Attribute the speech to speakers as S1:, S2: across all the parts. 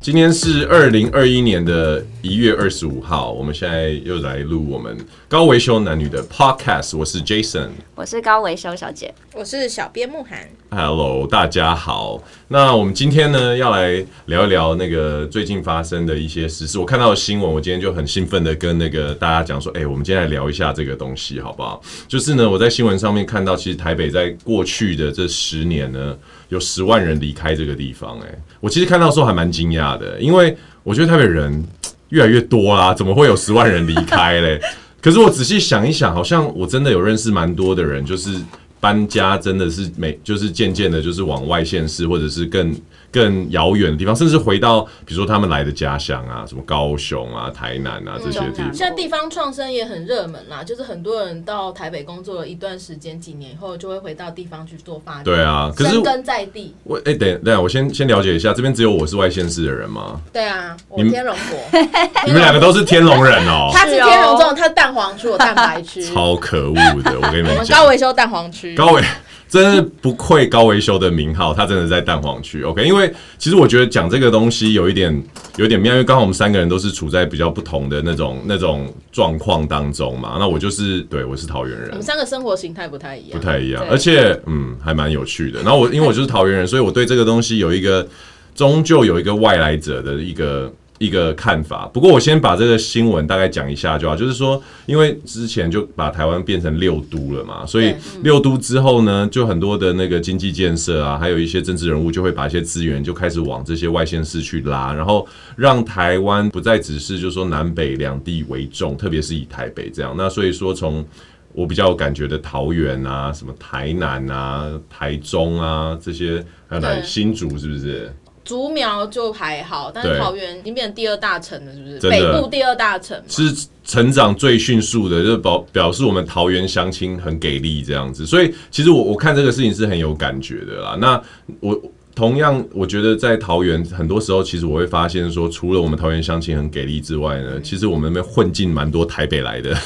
S1: 今天是二零二一年的一月二十五号，我们现在又来录我们高维修男女的 podcast。我是 Jason，
S2: 我是高维修小姐。
S3: 我是小编慕涵，
S1: Hello，大家好。那我们今天呢，要来聊一聊那个最近发生的一些时事。我看到的新闻，我今天就很兴奋的跟那个大家讲说，哎、我们今天来聊一下这个东西，好不好？就是呢，我在新闻上面看到，其实台北在过去的这十年呢，有十万人离开这个地方、哎，我其实看到的时候还蛮惊讶的，因为我觉得台北人越来越多啦，怎么会有十万人离开 嘞？可是我仔细想一想，好像我真的有认识蛮多的人，就是搬家真的是每就是渐渐的，就是往外县市或者是更更遥远的地方，甚至回到比如说他们来的家乡啊，什么高雄啊、台南啊这些地方。
S2: 嗯
S3: 现在地方创生也很热门啦，就是很多人到台北工作了一段时间，几年以后就会回到地方去做发展，
S1: 对啊，可是
S3: 深耕在地。
S1: 我哎、等等一下，我先先了解一下，这边只有我是外县市的人吗？
S3: 对啊，我
S1: 你们
S3: 天龙国，
S1: 你们两个都是天龙人哦，
S3: 他是天龙中，他是蛋黄区，我蛋白区，
S1: 超可恶的！我跟你
S3: 我
S1: 们
S3: 们
S1: 讲
S3: 高，维修蛋黄区。
S1: 高维真是不愧高维修的名号，他真的在蛋黄区。OK，因为其实我觉得讲这个东西有一点有一点妙，因为刚好我们三个人都是处在比较不同的那种那种状况当中嘛。那我就是对我是桃园
S3: 我
S1: 人
S3: 们。三个生活形态不太一
S1: 不
S3: 样，
S1: 太一样，
S3: 对
S1: 而且嗯，还蛮有趣的。然后我因为我就是桃园人，所以我对这个东西有一个终究有一个外来者的一个一个看法。不过我先把这个新闻大概讲一下就好，就是说，因为之前就把台湾变成六都了嘛，所以
S3: 对
S1: 嗯六都之后呢，就很多的那个经济建设啊，还有一些政治人物就会把一些资源就开始往这些外县市去拉，然后让台湾不再只是就说南北两地为重，特别是以台北这样。那所以说从我比较有感觉的桃园啊，什么台南啊、台中啊这些，还有哪里
S3: 对
S1: 新竹是不是？
S3: 竹苗就还好，但
S1: 对
S3: 是桃园已经变成第二大城了，是不是？
S1: 真
S3: 北
S1: 的
S3: 部第二大城嘛，
S1: 是成长最迅速的，就是表表示我们桃园乡亲很给力这样子。所以其实我我看这个事情是很有感觉的啦。那我同样我觉得在桃园很多时候，其实我会发现说，除了我们桃园乡亲很给力之外
S2: 嗯
S1: 呢，其实我们那边混进蛮多台北 来的。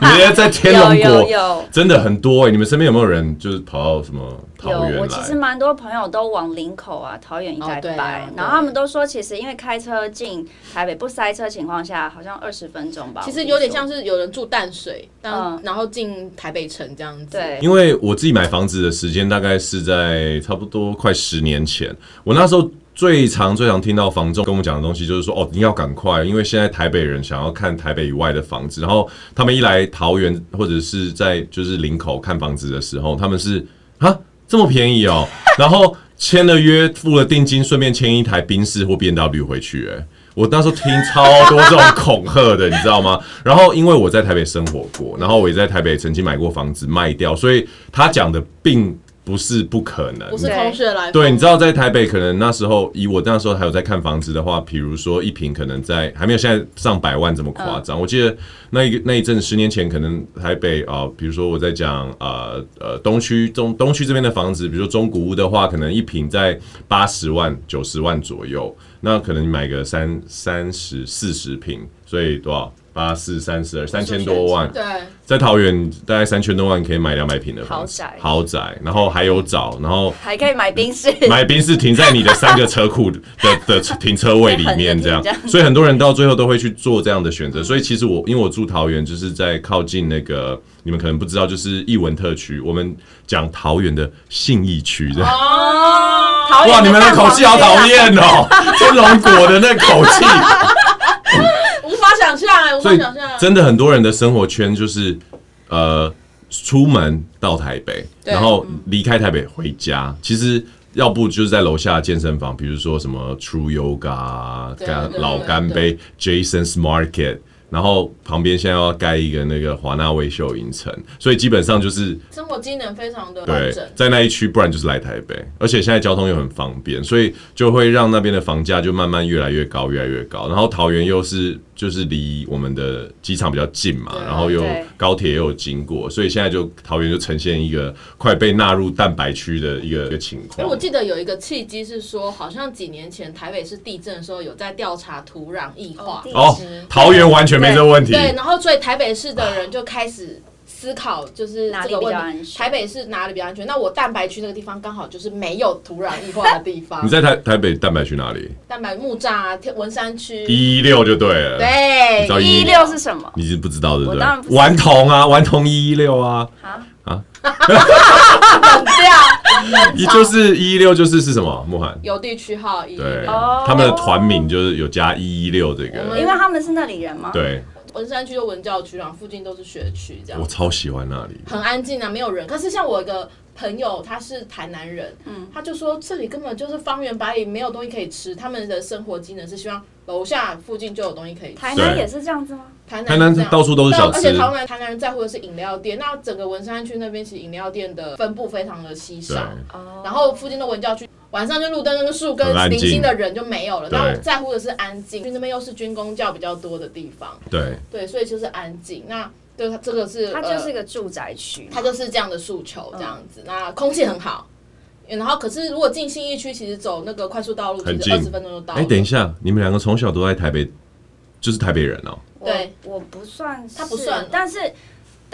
S1: 你们在天龙国
S2: 有有有
S1: 真的很多哎、你们身边有没有人就是跑到什么
S2: 有
S1: 桃园，
S2: 我其实
S1: 来？
S2: 蛮多朋友都往林口啊、桃园一带
S3: 哦对啊
S1: 哎
S2: 摆，
S3: 对
S2: 然后他们都说，其实因为开车进台北不塞车情况下，好像二十分钟吧。
S1: 啊
S3: 其
S2: 我
S3: 实
S2: 听
S3: 有点
S2: 说
S3: 像是有人住淡水，当
S2: 嗯
S3: 然后进台北城这样子。
S2: 对，
S1: 因为我自己买房子的时间大概是在差不多快十年前，我那时候。最常最常听到房仲跟我们讲的东西就是说，哦，你要赶快，因为现在台北人想要看台北以外的房子，然后他们一来桃园或者是在就是林口看房子的时候，他们是啊这么便宜哦，然后签了约，付了定金，顺便签一台宾士或 B N W 回去、哎，我那时候听超多这种恐吓的，你知道吗？然后因为我在台北生活过，然后我也在台北曾经买过房子卖掉，所以他讲的并不是不可能，
S3: 不是空穴来风。
S1: 对，你知道在台北可能那时候，以我那时候还有在看房子的话，比如说一平可能在还没有现在上百万这么夸张。我记得那一个那一阵十年前，可能台北啊、呃比如说我在讲呃呃东区中东区这边的房子，比如说中古屋的话，可能一平在八十万九十万左右，那可能你买个三三十四十平，所以多少？八四三十二三千多万，
S3: 对，
S1: 在桃园大概三千多万可以买两百平的房子
S2: 豪宅
S1: 豪宅，然后还有找，然后
S2: 还可以买冰室。
S1: 买宾士停在你的三个车库 的的的停车位里面，这样
S2: 横着停这，样
S1: 所以很多人到最后都会去做这样的选择。所以其实我因为我住桃园，就是在靠近那个你们可能不知道，就是艺文特区，我们讲桃园的信义区这样。
S2: 哦，
S1: 哇，
S2: 桃园
S1: 你们的
S2: 蛋
S1: 口气好
S2: 黄街啊
S1: 讨厌哦，天龙国的那口气。
S3: 无法想象哎，无
S1: 所
S3: 法
S1: 以
S3: 想象。
S1: 真的很多人的生活圈就是呃，出门到台北，
S3: 对嗯
S1: 然后离开台北回家，其实。要不就是在楼下健身房，比如说什么 True Yoga 啊、
S3: 对
S1: 干
S3: 对
S1: 老干杯、Jason's Market，然后旁边现在要盖一个那个华纳威秀影城，所以基本上就是
S3: 生活机能非常的完
S1: 对啊
S3: 整，，
S1: 在那一区，不然就是来台北，而且现在交通又很方便，所以就会让那边的房价就慢慢越来越高，越来越高。然后桃园又是就是离我们的机场比较近嘛，
S3: 对
S1: 然后又
S2: 对
S1: 高铁也有经过，所以现在就桃园就呈现一个快被纳入蛋白区的一个一个情
S3: 因为
S1: 况
S3: 哎我。记得有一个契机是说，好像几年前台北市地震的时候有在调查土壤异化，
S2: 哦地
S1: 哦，桃园完全没这个问题，
S3: 对，然后所以台北市的人就开始思考就是
S2: 哪
S1: 啊
S3: 这
S2: 里
S3: 个
S2: 比较
S3: 问
S2: 安
S3: 题，
S2: 全
S3: 台北是哪里比较安全？那我蛋白区那个地方刚好就是没有土壤异化的地方
S1: 你，在台台北蛋白区哪里？
S3: 蛋白木栅啊、天文山区，
S1: 一六就对了，
S2: 对
S1: 你知道，
S2: 一六是什么？
S1: 你是不知道对不
S2: 我
S1: 对
S2: 当然不？知道
S1: 顽童啊，顽童一一六啊，
S2: 啊
S1: 啊，
S3: 对啊，
S1: 一就是一一六就是是什么？慕寒
S3: 有地区号一
S1: 对，
S3: 六，
S2: 哦
S1: 他们的团名就是有加一一六这
S3: 我
S1: 个，
S3: 们
S2: 因为他们是那里人吗？
S1: 对
S3: 文山区就文教区，然后附近都是学区这样
S1: 我。超喜欢那里。
S3: 很安静啊，没有人。可是像我有个朋友，他是台南人，
S2: 嗯
S3: 他就说这里根本就是方圆百里没有东西可以吃，他们的生活机能是希望楼下附近就有东西可以吃。
S2: 台
S1: 对
S2: 南也是这样子吗？
S3: 台南
S1: 台南
S3: 是这样
S1: 到处都是小
S3: 而
S1: 吃
S3: 且，台南台南人在乎的是饮料店，那整个文山区那边其实饮料店的分布非常的稀
S1: 对
S3: 少，
S2: 哦
S3: 然后附近的文教区。晚上就路灯跟树跟
S1: 很安
S3: 零
S1: 静
S3: 星的人就没有了，
S1: 对
S3: 那我在乎的是安静。那边又是军工教比较多的地方，
S1: 对，
S3: 对，所以就是安静。那对它这个是
S2: 它
S3: 呃
S2: 就是一个住宅区嘛，
S3: 他就是这样的诉求，这样子。那空气很好，然后可是如果进信义区，其实走那个快速道路，
S1: 很
S3: 其实
S1: 近
S3: 二十分钟就到了。
S1: 哎，等一下，你们两个从小都在台北，就是台北人哦。
S2: 我
S3: 对，
S2: 我不算是，
S3: 他不算
S2: 但是。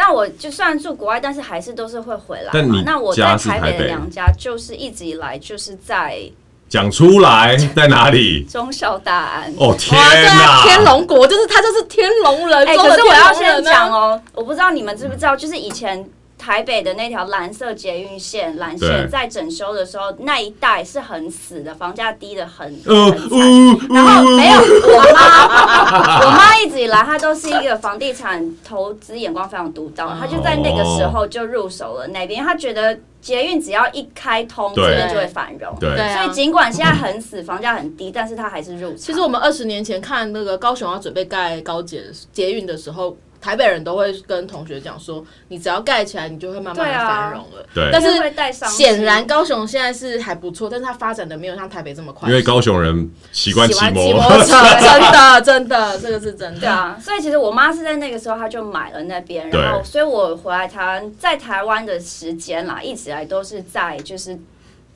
S2: 但我就算住国外，但是还是都是会回来嘛。
S1: 但你
S2: 那我
S1: 家
S2: 在
S1: 是
S2: 台
S1: 台
S2: 北
S1: 北
S2: 的娘家，就是一直以来就是在
S1: 讲出来在哪里？
S2: 忠孝大安。
S1: 哦天
S3: 哇，对啊，天
S1: 哪！
S3: 龙国就是他就是天龙人
S2: 哎、
S3: 中
S2: 可
S3: 的
S2: 是我
S3: 天
S2: 要
S3: 龙人啊
S2: 先
S3: 呢
S2: 讲哦，我不知道你们知不知道，就是以前台北的那条蓝色捷运线蓝
S1: 对
S2: 线在整修的时候，那一带是很死的，房价低的很。
S1: 呃
S2: 很惨
S1: 呜
S2: 然后没有
S1: 呜，
S2: 我妈，我妈一直以来她都是一个房地产投资眼光非常独
S3: 哦
S2: 到，她就在那个时候就入手了那边，她觉得捷运只要一开通，这
S1: 对
S2: 边就会繁荣。
S3: 对
S1: 对，
S3: 啊
S2: 所以尽管现在很死，房价很低，但是她还是入场。
S3: 其实我们二十年前看那个高雄要准备盖高捷捷运的时候，台北人都会跟同学讲说，你只要盖起来，你就会慢慢
S2: 对
S3: 的
S2: 啊
S3: 繁荣了。
S1: 对
S3: 但
S2: 会
S3: 是
S2: 带商机
S3: 显然高雄现在是还不错，但是它发展的没有像台北这么快。
S1: 因为高雄人习惯骑
S3: 喜欢
S1: 摩
S3: 摩
S1: 托
S3: 托车，真的真的，这个是真的。
S2: 对啊，所以其实我妈是在那个时候她就买了那边，然后
S1: 对
S2: 所以我回来台湾，在台湾的时间啦，一直以来都是在就是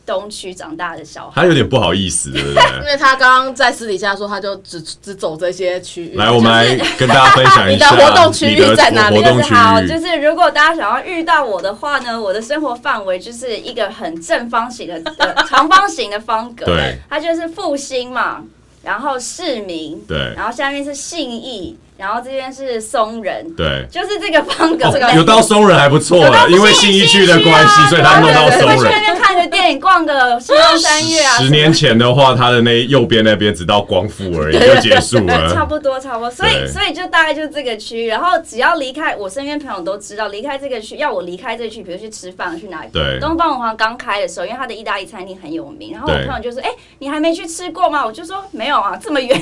S2: 东区长大的小孩。
S1: 他有点不好意思，对不
S3: 因
S1: 对？
S3: 为他刚刚在私底下说，他就只只走这些区域。
S1: 来，我们来跟大家分享一下
S3: 你的活动区域
S1: 你的
S3: 在哪里
S1: 活动
S2: 就是
S1: 区
S2: 好，就
S1: 域，
S2: 是如果大家想要遇到我的话呢，我的生活范围就是一个很正方形的、呃长方形的方格，
S1: 对
S2: 它就是复兴嘛，然后市民，
S1: 对
S2: 然后下面是信义，然后这边是松仁，
S1: 对。
S2: 就是这个方格。这个
S1: 哦，有到松人还不错
S2: 有到
S1: 了，
S2: 信义
S1: 因为信义区的关系，
S2: 啊
S1: 所以他弄到
S2: 对对
S1: 松
S2: 对会去
S1: 人。
S2: 那边看个电影，逛个星光三月啊，
S1: 十年前的话，他的那右边那边只到光复而已，就结束
S2: 对， 差
S1: 了。
S2: 不多，差不多。所以，
S1: 对
S2: 所以就大概就这个区。然后只要离开，我身边朋友都知道，离开这个区，要我离开这个区，比如去吃饭，去哪里？
S1: 对
S2: 东方文华刚开的时候，因为它的意大利餐厅很有名，然后我
S1: 对
S2: 朋友就说：“哎、你还没去吃过吗？”我就说：“没有啊，这么远。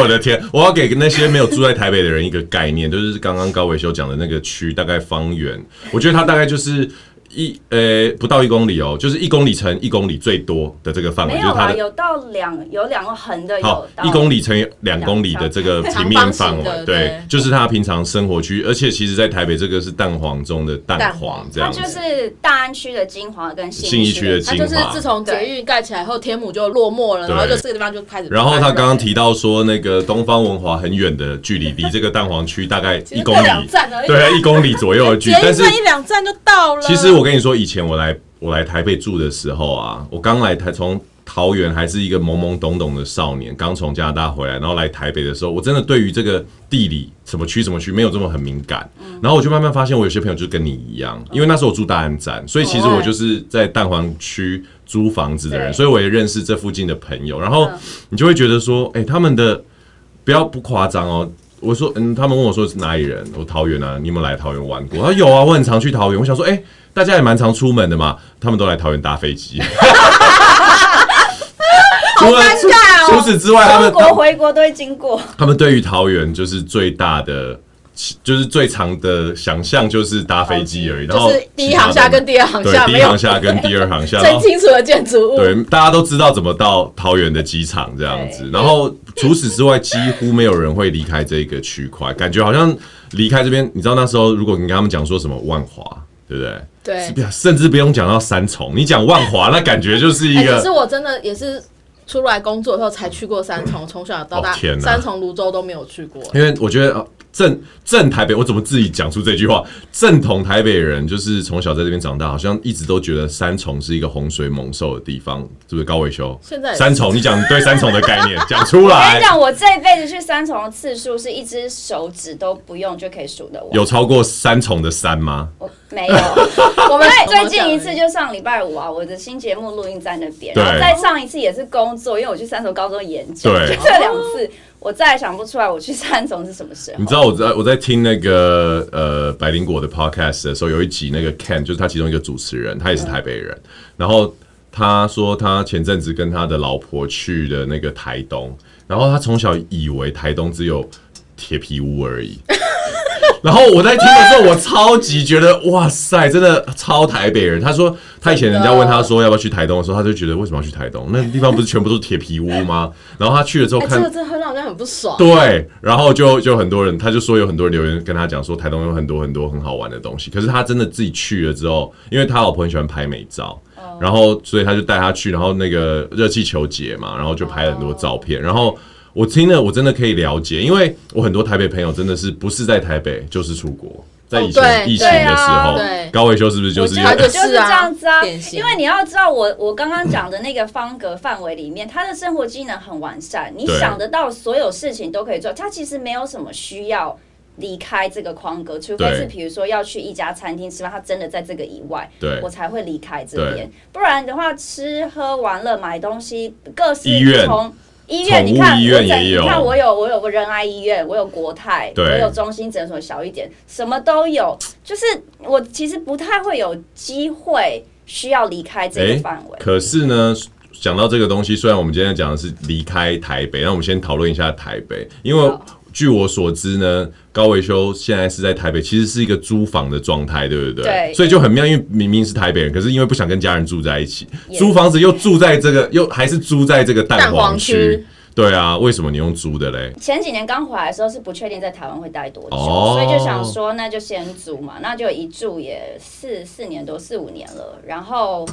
S1: 我的天，我要给那些没有住在台北的人一个概念，就是刚刚高维修讲的那个区，大概方圆，我觉得它大概就是。一呃，不到一公里哦，就是一公里乘一公里最多的这个”范围，
S2: 没
S1: 就
S2: 有
S1: 是它
S2: 啊，
S1: 的
S2: 有到两有两个横
S3: 呃
S2: 的，
S1: 好
S2: 有到
S1: 一公里乘以两公里的这个平面范围
S3: 长方形，的
S1: 对
S3: 对，
S1: 就是它平常生活区，而且其实，在台北这个是蛋黄中的蛋
S3: 蛋
S1: 黄
S3: 黄
S1: 这
S2: 它
S1: 样
S2: 就
S1: 子，
S2: 是大安区的精华跟
S1: 信义
S2: 义
S1: 区的
S3: 他就是自从捷运盖起来后，天母就落寞了，
S1: 对
S3: 然后就这个地方就开始。
S1: 然后他刚刚提到说，那个东方文华很远的距离，离这个蛋黄区大概一公
S3: 其实就两
S1: 里，
S3: 站而已，
S1: 对，一公里左右的距
S3: 捷
S1: 离。但
S3: 运
S1: 是
S3: 站一两站就到了。
S1: 其实我跟你说，以前我来我来台北住的时候啊，我刚来台从桃园还是一个懵懵懂懂的少年，刚从加拿大回来，然后来台北的时候，我真的对于这个地理什么区什么区没有这么很敏感。然后我就慢慢发现，我有些朋友就跟你一样，因为那时候我住大安站，所以其实我就是在蛋黄区租房子的人，
S2: 对
S1: 所以我也认识这附近的朋友，然后你就会觉得说，哎，他们的不要不夸张哦。我说，嗯，他们问我说是哪里人，我桃园啊，你有没有来桃园玩过？他说有啊，我很常去桃园。我想说，哎、大家也蛮常出门的嘛，他们都来桃园搭飞机。 除了
S3: 尴尬
S1: 除
S3: 哦
S1: 此之外，他们
S2: 中
S1: 他们
S2: 国回国都会经过。
S1: 他们对于桃园就是最大的，就是最长的想象就是搭飞机而已。然后
S3: 哦就是第一航
S1: 其他
S3: 厦
S1: 的
S3: 跟第二航
S1: 对
S3: 厦
S1: 第
S3: 没
S1: 一航
S3: 有
S1: 厦跟第二航 厦，然
S3: 最
S1: 后
S3: 清楚的建筑物。
S1: 对，大家都知道怎么到桃园的机场这样子。然后除此之外，几乎没有人会离开这个区块，感觉好像离开这边。你知道那时候，如果你跟他们讲说什么万华，对不对？
S3: 对哎
S1: 是不是甚至不用讲到三重，你讲万华，那感觉就是一
S3: 哎可是
S1: 个。
S3: 我真的也是出来工作以后才去过三重，从小到大
S1: 哦天哪
S3: 三重、泸州都没有去过。
S1: 因为我觉得呃正正台北，我怎么自己讲出这句话？正统台北人就是从小在这边长大，好像一直都觉得三重是一个洪水猛兽的地方，是不是？高维修，
S3: 现在也是
S1: 三重，你讲对三重的概念讲出
S2: 我跟
S1: 来
S2: 你，哎讲，我这辈子去三重的次数是一只手指都不用就可以数得完。
S1: 有超过三重的山吗？
S2: 我没有，
S3: 我们
S2: 最近一次就上礼拜五啊，我的新节目录音在那边，
S1: 对
S2: 然后再上一次也是工作，因为我去三重高中演讲，
S1: 对
S2: 就这两次，我再也想不出来我去三重是什么时候
S1: 你。知道我在我在听那个呃百灵果的 podcast 的时候，有一集那个 Ken 就是他其中一个主持人，他也是台北人，然后他说他前阵子跟他的老婆去的那个台东，然后他从小以为台东只有铁皮屋而 已。然后我在听的时候，我超级觉得哇塞，真的超台北人。他说他以前人家问他说要不要去台东的时候，他就觉得为什么要去台东？那个地方不是全部都是铁皮屋吗？然后他去了之后
S3: 哎，
S1: 看
S3: 这个真的会让人家很不爽。
S1: 对，然后就就很多人，他就说有很多人留言跟他讲说台东有很多很多很好玩的东西，可是他真的自己去了之后，因为他老婆很喜欢拍美照，
S3: 哦
S1: 然后所以他就带他去，然后那个热气球节嘛，然后就拍了很多照
S3: 哦
S1: 片，然后。我听了，我真的可以了解，因为我很多台北朋友真的是不是在台北就是出国，在以
S3: 哦
S1: 前
S3: 对
S1: 疫情的时候
S3: 对啊对，
S1: 高维修是不是就
S2: 我
S1: 是
S2: 觉
S1: 因
S2: 得
S1: 为
S2: 我就
S3: 就是是
S2: 这样子啊，
S3: 典型
S2: 因为你要知道我，我刚刚讲的那个方格范围里面，他的生活技能很完善，你
S1: 对
S2: 想得到所有事情都可以做，他其实没有什么需要。离开这个框格，除非
S1: 对
S2: 是比如说要去一家餐厅吃饭，他真的在这个以外，
S1: 对
S2: 我才会离开这边。不然的话，吃喝玩乐、买东西，各式
S1: 医院
S2: 从医
S1: 宠
S2: 院，
S1: 物
S2: 你看
S1: 医
S2: 我
S1: 院
S2: 整，
S1: 也
S2: 你
S1: 有
S2: 看我有我有我仁爱医院，我有国泰，我
S1: 对
S2: 有中心诊所小一点，什么都有。就是我其实不太会有机会需要离开这个范围。
S1: 哎可是呢，讲到这个东西，虽然我们今天讲的是离开台北，那我们先讨论一下台北，因为
S2: 好
S1: 据我所知呢，高维修现在是在台北，其实是一个租房的状态，对不对？
S2: 对
S1: 所以就很妙，因为明明是台北人，可是因为不想跟家人住在一起，
S2: 也
S1: 租房子又住在这 个，又还是租在这个蛋
S3: 蛋黄
S1: 黄区
S3: 区。
S1: 对啊，为什么你用租的嘞？
S2: 前几年刚回来的时候是不确定在台湾会待多久，
S1: 哦
S2: 所以就想说那就先租嘛，那就一住也四四年多四五年了。然后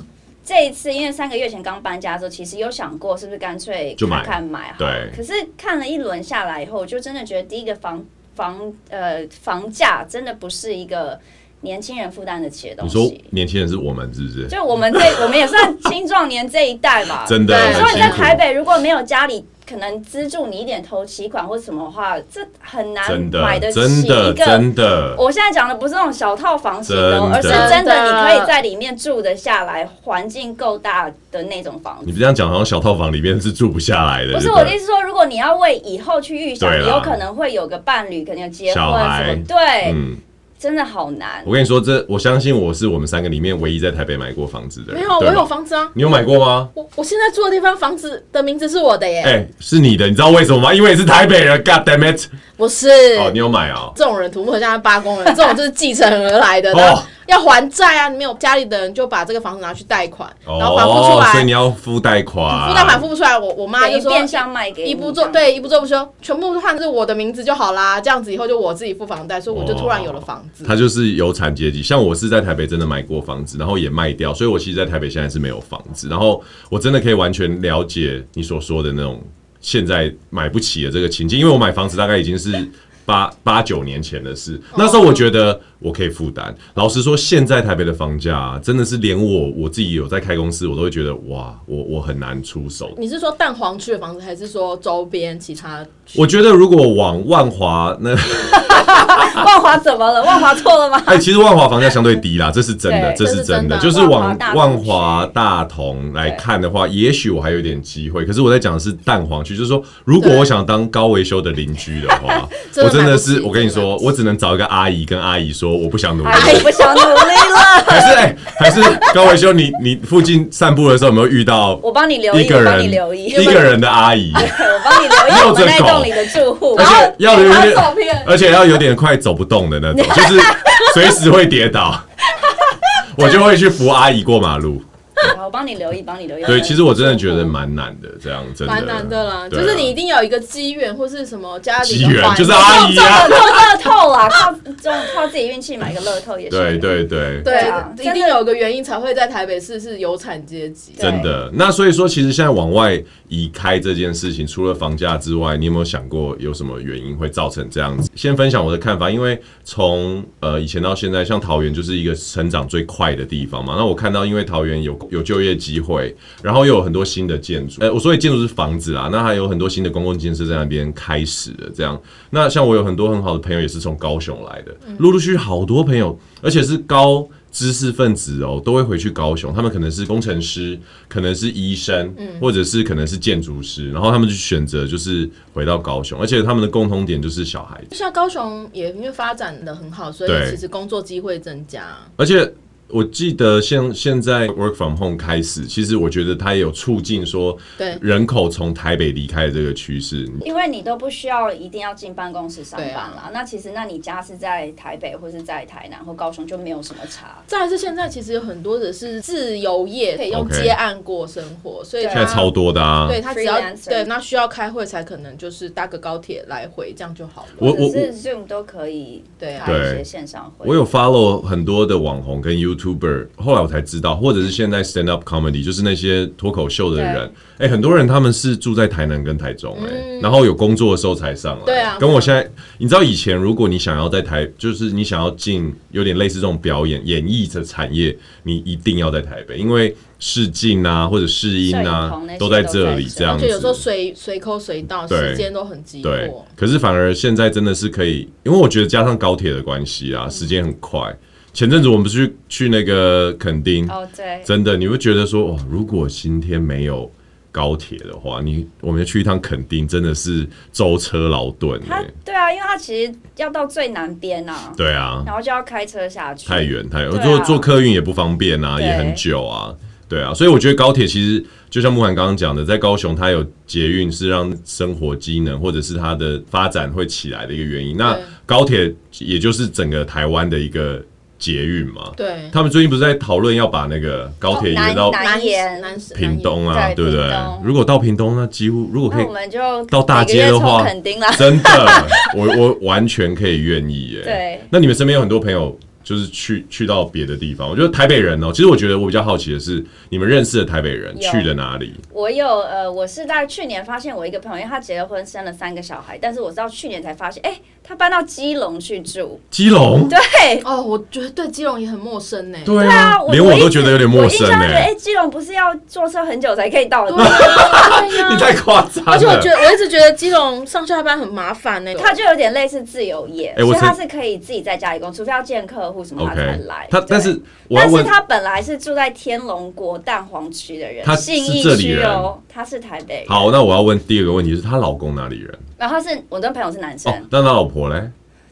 S2: 这一次因为三个月前刚搬家的时候，其实有想过是不是干脆
S1: 就买
S2: 看看买好
S1: 对
S2: 可是看了一轮下来以后，我就真的觉得第一个房房呃房价真的不是一个年轻人负担得起的东
S1: 你说
S2: 西。
S1: 年轻人是我们是不是？
S2: 就我们这我们也算青壮年这一代 嘛，
S1: 真的
S3: 对
S1: 很
S2: 所以
S1: 辛
S2: 你在
S1: 苦。
S2: 台北如果没有家里可能资助你一点头期款或什么的话，这很难
S1: 真
S2: 啊买
S1: 的，
S2: 得起
S1: 真
S2: 一
S1: 的，
S2: 个。
S1: 真的，
S2: 我现在讲的不是那种小套房型的哦，而是
S1: 真的
S2: 真的
S3: 真
S2: 你
S3: 的
S2: 可以在里面住得下来，环境够大的那种房子。
S1: 你这样讲，好像小套房里面是住不下来的。
S2: 不是
S1: 对
S2: 我
S1: 对
S2: 的意思说，如果你要为以后去预想，
S1: 对啦
S2: 你有可能会有个伴侣，可能有结婚
S1: 小
S2: 什
S1: 孩
S2: 么，对，
S1: 嗯。
S2: 真的好难。
S1: 我跟你说，这我相信我是我们三个里面唯一在台北买过房子的人。
S3: 没有，我
S1: 对吧
S3: 有，房子啊，
S1: 你有买过吗？
S3: 我我现在住的地方房子的名字是我的
S1: 哎、
S3: 耶，
S1: 是你的，你知道为什么吗？因为你是台北人，God damn it！
S3: 不是。
S1: 哦，你有买哦。
S3: 这种人土木很像八公 人，这种就是继承而来的，
S1: 哦
S3: 然后要还债啊！你没有家里的人就把这个房子拿去贷款，然后还不出
S1: 哦，所以
S3: 来，
S1: 你啊要付贷款，
S3: 付贷款付不出来，我我妈
S2: 等
S3: 就
S2: 于
S3: 说
S2: 变相卖给你
S3: 一步做
S2: 这样，
S3: 对一步做不休，全部换成我的名字就好啦，这样子以后就我自己付房贷，所以我就突然有了房子。
S1: 哦他就是有产阶级。像我是在台北真的买过房子，然后也卖掉，所以我其实在台北现在是没有房子。然后我真的可以完全了解你所说的那种现在买不起的这个情境，因为我买房子大概已经是。八八九年前的事，
S3: 哦
S1: 那时候我觉得我可以负担。老实说，现在台北的房价啊、真的是连我我自己有在开公司，我都会觉得哇，我我很难出手。
S3: 你是说蛋黄区的房子，还是说周边其他区？
S1: 我觉得如果往万华那
S2: 万华怎么了？万华错了吗？
S1: 哎，其实万华房价相对低啦，这是真的，
S2: 对
S1: 这是真的。
S3: 这
S1: 就是
S3: 真的
S1: 是往
S2: 万华大
S1: 万
S2: 同
S1: 华
S2: 区
S1: 大同来看的话，也许我还有点机会。可是我在讲的是蛋黄区，就是说，如果
S3: 对
S1: 我想当高维修的邻居的 话，
S3: 真的
S1: 我真的
S3: 买
S1: 是，
S3: 不起
S1: 我跟你
S3: 真的
S1: 说，
S3: 买不起
S1: 我只能找一个阿姨跟阿姨说， 我不想努力。
S2: 阿姨哎不想努力了，
S1: 还是哎，还是高维修，你你附近散步的时候有没有遇到
S2: 我帮你留
S1: 一
S2: 意，
S1: 个
S2: 我帮你
S1: 人
S2: 留意，
S1: 一个人的阿姨？
S2: 我 帮你留意我们那栋里的住户，
S1: 而
S2: 然后
S1: 且要有
S3: 给
S2: 哎
S1: 点
S3: 他照片，
S1: 而且要有点快走不动的 那种，就是随时会跌倒，我就会去扶阿姨过马路。
S2: 好，我帮你留意，帮你留意。
S1: 对，其实我真的觉得蛮难的，这样真的
S3: 蛮难的啦，就
S1: 对啊
S3: 是你一定要有一个机缘或是什么家里
S1: 机
S3: 的
S1: 缘
S3: 环
S1: 就是
S3: 境
S1: 阿姨啊
S2: 中，乐透啦，靠中靠自己运气买个乐透也是。
S1: 对对对，
S3: 对
S2: 对啊，
S3: 一定有一个原因才会在台北市是有产阶级。啊
S2: 对
S1: 真的。那所以说，其实现在往外移开这件事情，除了房价之外，你有没有想过有什么原因会造成这样子？先分享我的看法，因为从呃以前到现在，像桃园就是一个成长最快的地方嘛。那我看到，因为桃园有有就业机会，然后又有很多新的建筑，呃，我所以建筑是房子啊，那还有很多新的公共建设在那边开始的这样。那像我有很多很好的朋友也是从高雄来的，陆陆续续好多朋友，而且是高知识分子哦，都会回去高雄。他们可能是工程师，可能是医生，
S2: 嗯
S1: 或者是可能是建筑师，然后他们就选择就是回到高雄，而且他们的共通点就是小孩子。
S3: 像高雄也因为发展的很好，所以
S1: 对
S3: 其实工作机会增加。
S1: 而且我记得现现在 work from home 开始，其实我觉得它也有促进说
S3: 对
S1: 人口从台北离开的这个趋势。
S2: 因为你都不需要一定要进办公室上
S3: 对
S2: 班
S3: 啊
S2: 啦，那其实那你家是在台北或是在台南或高雄就没有什么差。
S3: 再来是现在其实有很多的是自由业，可以用
S1: OK
S3: 接案过生活，所以
S2: 对
S1: 现在超多的啊！
S3: 对他只要
S2: Freelancer
S3: 对那需要开会才可能就是搭个高铁来回，这样就好了。
S1: 我我
S2: 或者是 Zoom 都可以
S3: 对啊
S2: 开一些线上会。
S1: 我有 follow 很多的网红跟 YouTuber，后来我才知道，或者是现在 stand up comedy，就是那些脱口秀的人，哎、很多人他们是住在台南跟台中、哎、然后有工作的时候才上来。
S3: 对啊
S1: 跟我现在，你知道以前如果你想要在台，就是你想要进有点类似这种表演演艺的产业，你一定要在台北，因为试镜啊或者试音
S2: 摄影
S1: 啊
S2: 棚那些
S1: 都
S2: 都
S1: 在
S2: 在
S1: 这里，
S2: 这
S1: 这样子。
S3: 就有时候随随抠随到，
S1: 对
S3: 时间都很急
S1: 对
S3: 迫。，
S1: 可是反而现在真的是可以，因为我觉得加上高铁的关系啊，时间很快。前阵子我们不是去去那个垦丁，
S2: 哦，对，
S1: 真的你会觉得说哇，如果今天没有高铁的话，你我们去一趟垦丁真的是舟车劳顿哎、
S2: 它对啊，因为它其实要到最南边啊，
S1: 对啊，
S2: 然后就要开车下去。
S1: 太远太远，
S2: 对啊
S1: 坐坐客运也不方便啊，
S2: 对
S1: 也很久啊，对啊，所以我觉得高铁其实就像慕涵刚刚讲的，在高雄它有捷运是让生活机能或者是它的发展会起来的一个原因。那
S3: 对
S1: 高铁也就是整个台湾的一个捷运嘛，
S3: 对，
S1: 他们最近不是在讨论要把那个高铁
S2: 哦
S1: 移到
S2: 南
S3: 南
S2: 盐
S3: 南南
S1: 屏东啊，
S2: 对
S1: 对不对
S2: 屏东？
S1: 如果到屏东，那几乎如果可以
S2: 那我们就
S1: 到大街的话
S2: 每个月冲垦丁啦。
S1: 真的， 我我完全可以愿意耶。
S2: 对
S1: 那你们身边有很多朋友就是去去到别的地方，我觉得台北人哦、其实我觉得我比较好奇的是，你们认识的台北人
S2: 有
S1: 去了哪里？
S2: 我有呃，我是在去年发现我一个朋友，因为他结了婚，生了三个小孩，但是我是到去年才发现，哎、他搬到基隆去住。
S1: 基隆？
S2: 对，
S3: 哦，我觉得对基隆也很陌生呢。
S1: 对
S2: 啊，
S1: 连
S2: 我
S1: 我
S2: 一
S1: 都
S2: 直
S1: 觉得有点
S2: 我
S1: 陌
S2: 印
S1: 生
S2: 象觉得，
S1: 哎、
S2: 哎、基隆不是要坐车很久才可以到的地
S3: 对
S2: 方吗？
S3: 啊对
S1: 你
S3: 呀。
S1: 太夸张了。
S3: 而且我觉得，我一直觉得基隆上下班很麻烦欸呢。
S2: 他就有点类似自由业，
S1: 哎我
S2: 所以他
S1: 曾
S2: 是可以自己在家里工，除非要见客户什么他才
S1: OK，
S2: 来。
S1: 他
S2: 对
S1: 但是我要
S2: 但是
S1: 问，
S2: 他本来是住在天龙国蛋黄区的人，
S1: 他是
S2: 信义
S1: 这里
S2: 区
S1: 人
S2: 哦，他是台北人。
S1: 好，那我要问第二个问题是，她老公哪里人？
S2: 然后是我的朋友是男生，
S1: 哦，那她老婆嘞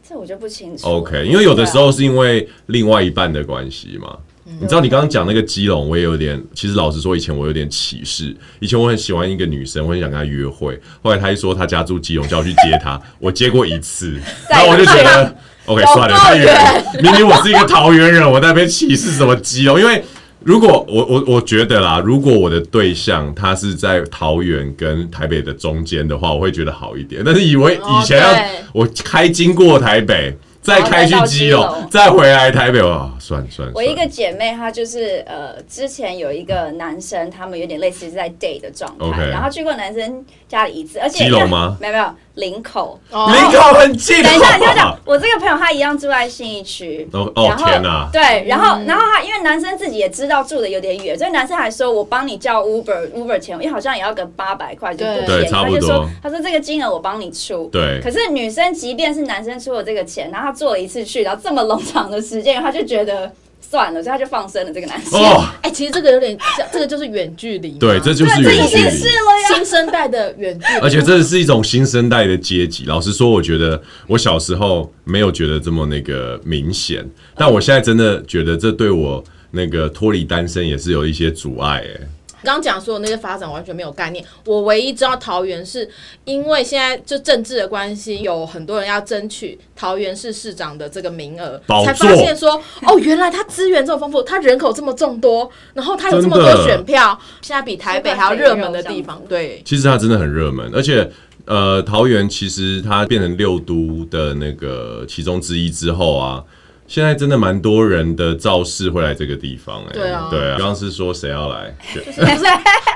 S2: 这我就不清楚了。
S1: ？OK，因为有的时
S2: 对啊
S1: 候是因为另外一半的关系嘛。
S2: 啊
S1: 你知道你刚刚讲那个基隆，我也有点，其实老实说，以前我有点歧视。以前我很喜欢一个女生，我很想跟她约会，后来她一说她家住基隆，叫我去接她，我接过一次，然后我就觉得 OK
S2: 有
S1: 算了，
S2: 够
S1: 太远了。明明我是一个桃园人，我在那边歧视什么基隆？因为如果我我我觉得啦，如果我的对象他是在桃园跟台北的中间的话，我会觉得好一点。但是以为
S3: 哦
S1: 以前要、
S3: 对
S1: 我开经过台北，再开去基
S2: 然后再
S1: 隆
S2: 到基隆，
S1: 再回来台北，哇，算了算了。
S2: 我一个姐妹，她就是呃，之前有一个男生，他们有点类似是在 date 的状态
S1: OK
S2: 然后去过男生家里一次，而且
S1: 基隆吗
S2: 没有没有林口。
S3: 哦
S1: 离口很近，啊
S2: 等一下，你
S1: 好
S2: 要
S1: 不好
S2: 讲，我这个朋友他一样住在信义区。
S1: 哦哦
S2: 然后
S1: 天哪！
S2: 对，然后，然后他因为男生自己也知道住的有点远，所以男生还说：“我帮你叫 Uber，Uber 钱，因为好像也要个八百块，就不
S3: 对
S2: 便宜。”
S1: 对差
S2: 他
S1: 不
S2: 就说
S1: 多：“
S2: 他说这个金额我帮你出。”
S1: 对
S2: 可是女生即便是男生出了这个钱，然后他做了一次去，然后这么冗长的时间，他就觉得算了，所以他就放生了这个男生。
S1: 哦，
S3: 哎，其实这个有点像，这个就是远距离嘛。
S1: 对，这就是
S2: 对，这
S1: 远
S2: 已
S1: 距
S2: 经
S1: 离
S2: 是。了呀。
S3: 新生代的远距离。
S1: 而且这是一种新生代的阶级。老实说，我觉得我小时候没有觉得这么那个明显，但我现在真的觉得这对我那个脱离单身也是有一些阻碍、欸。
S3: 刚刚讲所有那些发展完全没有概念，我唯一知道桃园是因为现在就政治的关系，有很多人要争取桃园市市长的这个名额
S1: 宝，
S3: 才
S1: 座
S3: 发现说哦，原来他资源这么丰富，他人口这么众多，然后他有这么
S1: 真的
S3: 多选票，现在比台北还要热门的地方，对。
S1: 其实它真的很热门，而且呃，桃园其实它变成六都的那个其中之一之后啊。现在真的蛮多人的造势会来这个地方哎、
S3: 对啊
S1: 对啊，刚刚是说谁要来？选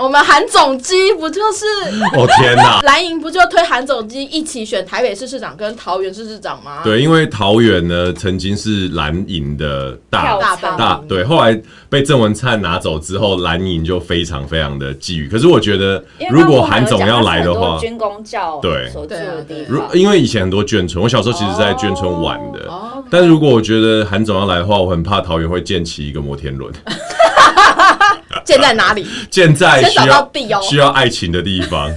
S3: 我们韩总机不就是
S1: 哦天哪！
S3: 蓝营不就推韩总机一起选台北市市长跟桃园市市长吗？
S1: 对，因为桃园呢曾经是蓝营的大
S2: 票
S3: 大本营
S1: 大对，后来被郑文灿拿走之后，蓝营就非常非常的觊觎。可是我觉得，
S2: 因为
S1: 如果韩
S2: 刚刚我们有
S1: 总
S2: 讲
S1: 要
S2: 它是
S1: 来的
S2: 很多
S1: 话，
S2: 军工教
S1: 对
S2: 所住
S3: 对啊
S2: 的
S3: 对
S2: 地
S3: 啊
S1: 如呃
S2: 方，
S1: 因为以前很多眷村，我小时候其实在眷村玩的。
S3: 哦，
S1: 但如果我觉得韩总要来的话，我很怕桃园会建起一个摩 天轮，啊
S3: 建在哪里？
S1: 建在
S3: 先
S1: 需
S3: 找
S1: 要
S3: 到地哦
S1: 需要爱情的地 方，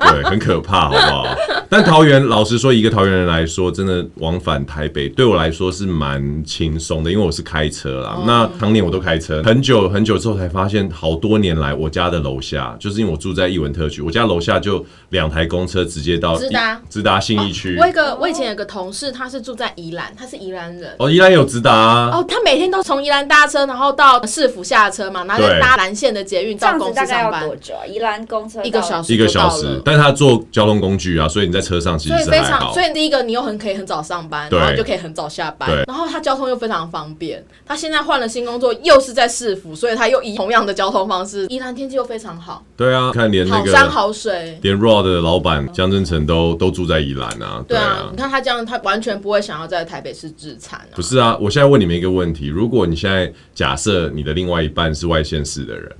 S1: 对，很可怕，好不好？但桃园，老实说，一个桃园人来说，真的往返台北对我来说是蛮轻松的，因为我是开车
S3: 哦
S1: 啦。那常年我都开车，很久很久之后才发现，好多年来我家的楼下，就是因为我住在艺文特区，我家楼下就两台公车直接到
S3: 直达哦
S1: 直达信义区
S3: 我。有一个，我以前有个同事，他是住在宜兰，他是宜兰人。
S1: 哦，依然有直达啊、
S3: 哦，他每天都从宜兰搭车，然后到市府下车嘛，然后再
S1: 对
S3: 搭蓝线的捷运
S2: 这
S3: 到
S2: 样
S3: 公
S2: 子
S3: 司
S2: 大概
S3: 上
S2: 要
S3: 班
S2: 多，久啊？宜兰公车
S3: 一个
S2: 到
S3: 小时
S1: 一个
S3: 就到
S1: 小
S3: 了
S1: 时，但是他坐交通工具啊，所以你在车上其
S3: 所
S1: 实
S3: 以
S1: 是
S3: 非
S1: 还
S3: 常，
S1: 好
S3: 所。以第一个你又很可以很早上班，
S1: 对
S3: 然后你就可以很早下班
S1: 对，
S3: 然后他交通又非常方便。他现在换了新工作，又是在市府，所以他又以同样的交通方式。宜兰天气又非常好，
S1: 对啊，看连那
S3: 好
S1: 个
S3: 山好水。
S1: 连 RAW 的老板江振成都都住在宜兰啊，
S3: 对
S1: 对
S3: 啊
S1: 啊，
S3: 你。看他这样，他完全不会想要在台北市自产啊
S1: 不。是啊，我现在问你们一个问题：如果你现在假设你的另外一半是外县市的人，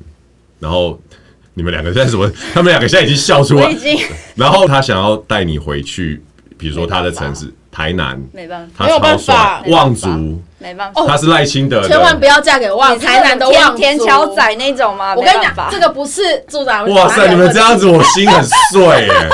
S1: 然后你们两个现在什 么？他们两个现在已经笑出
S2: 我
S1: 来
S2: 已，经
S1: 然后他想要带你回去，比如说他的城市台南，
S2: 没办法，
S1: 他
S3: 没有
S1: 超
S3: 办法
S1: 帅，
S3: 没
S1: 望
S3: 办法
S1: 族，
S2: 没办法。
S1: 他是赖清德的，
S3: 千万不要嫁给望
S2: 你是
S3: 哦台南的望
S2: 天
S3: 族
S2: 天桥。仔那种吗？
S3: 我跟你
S2: 没办
S3: 讲，
S2: 法
S3: 这个不是助长。
S1: 哇塞，你们这样子，我心很碎耶，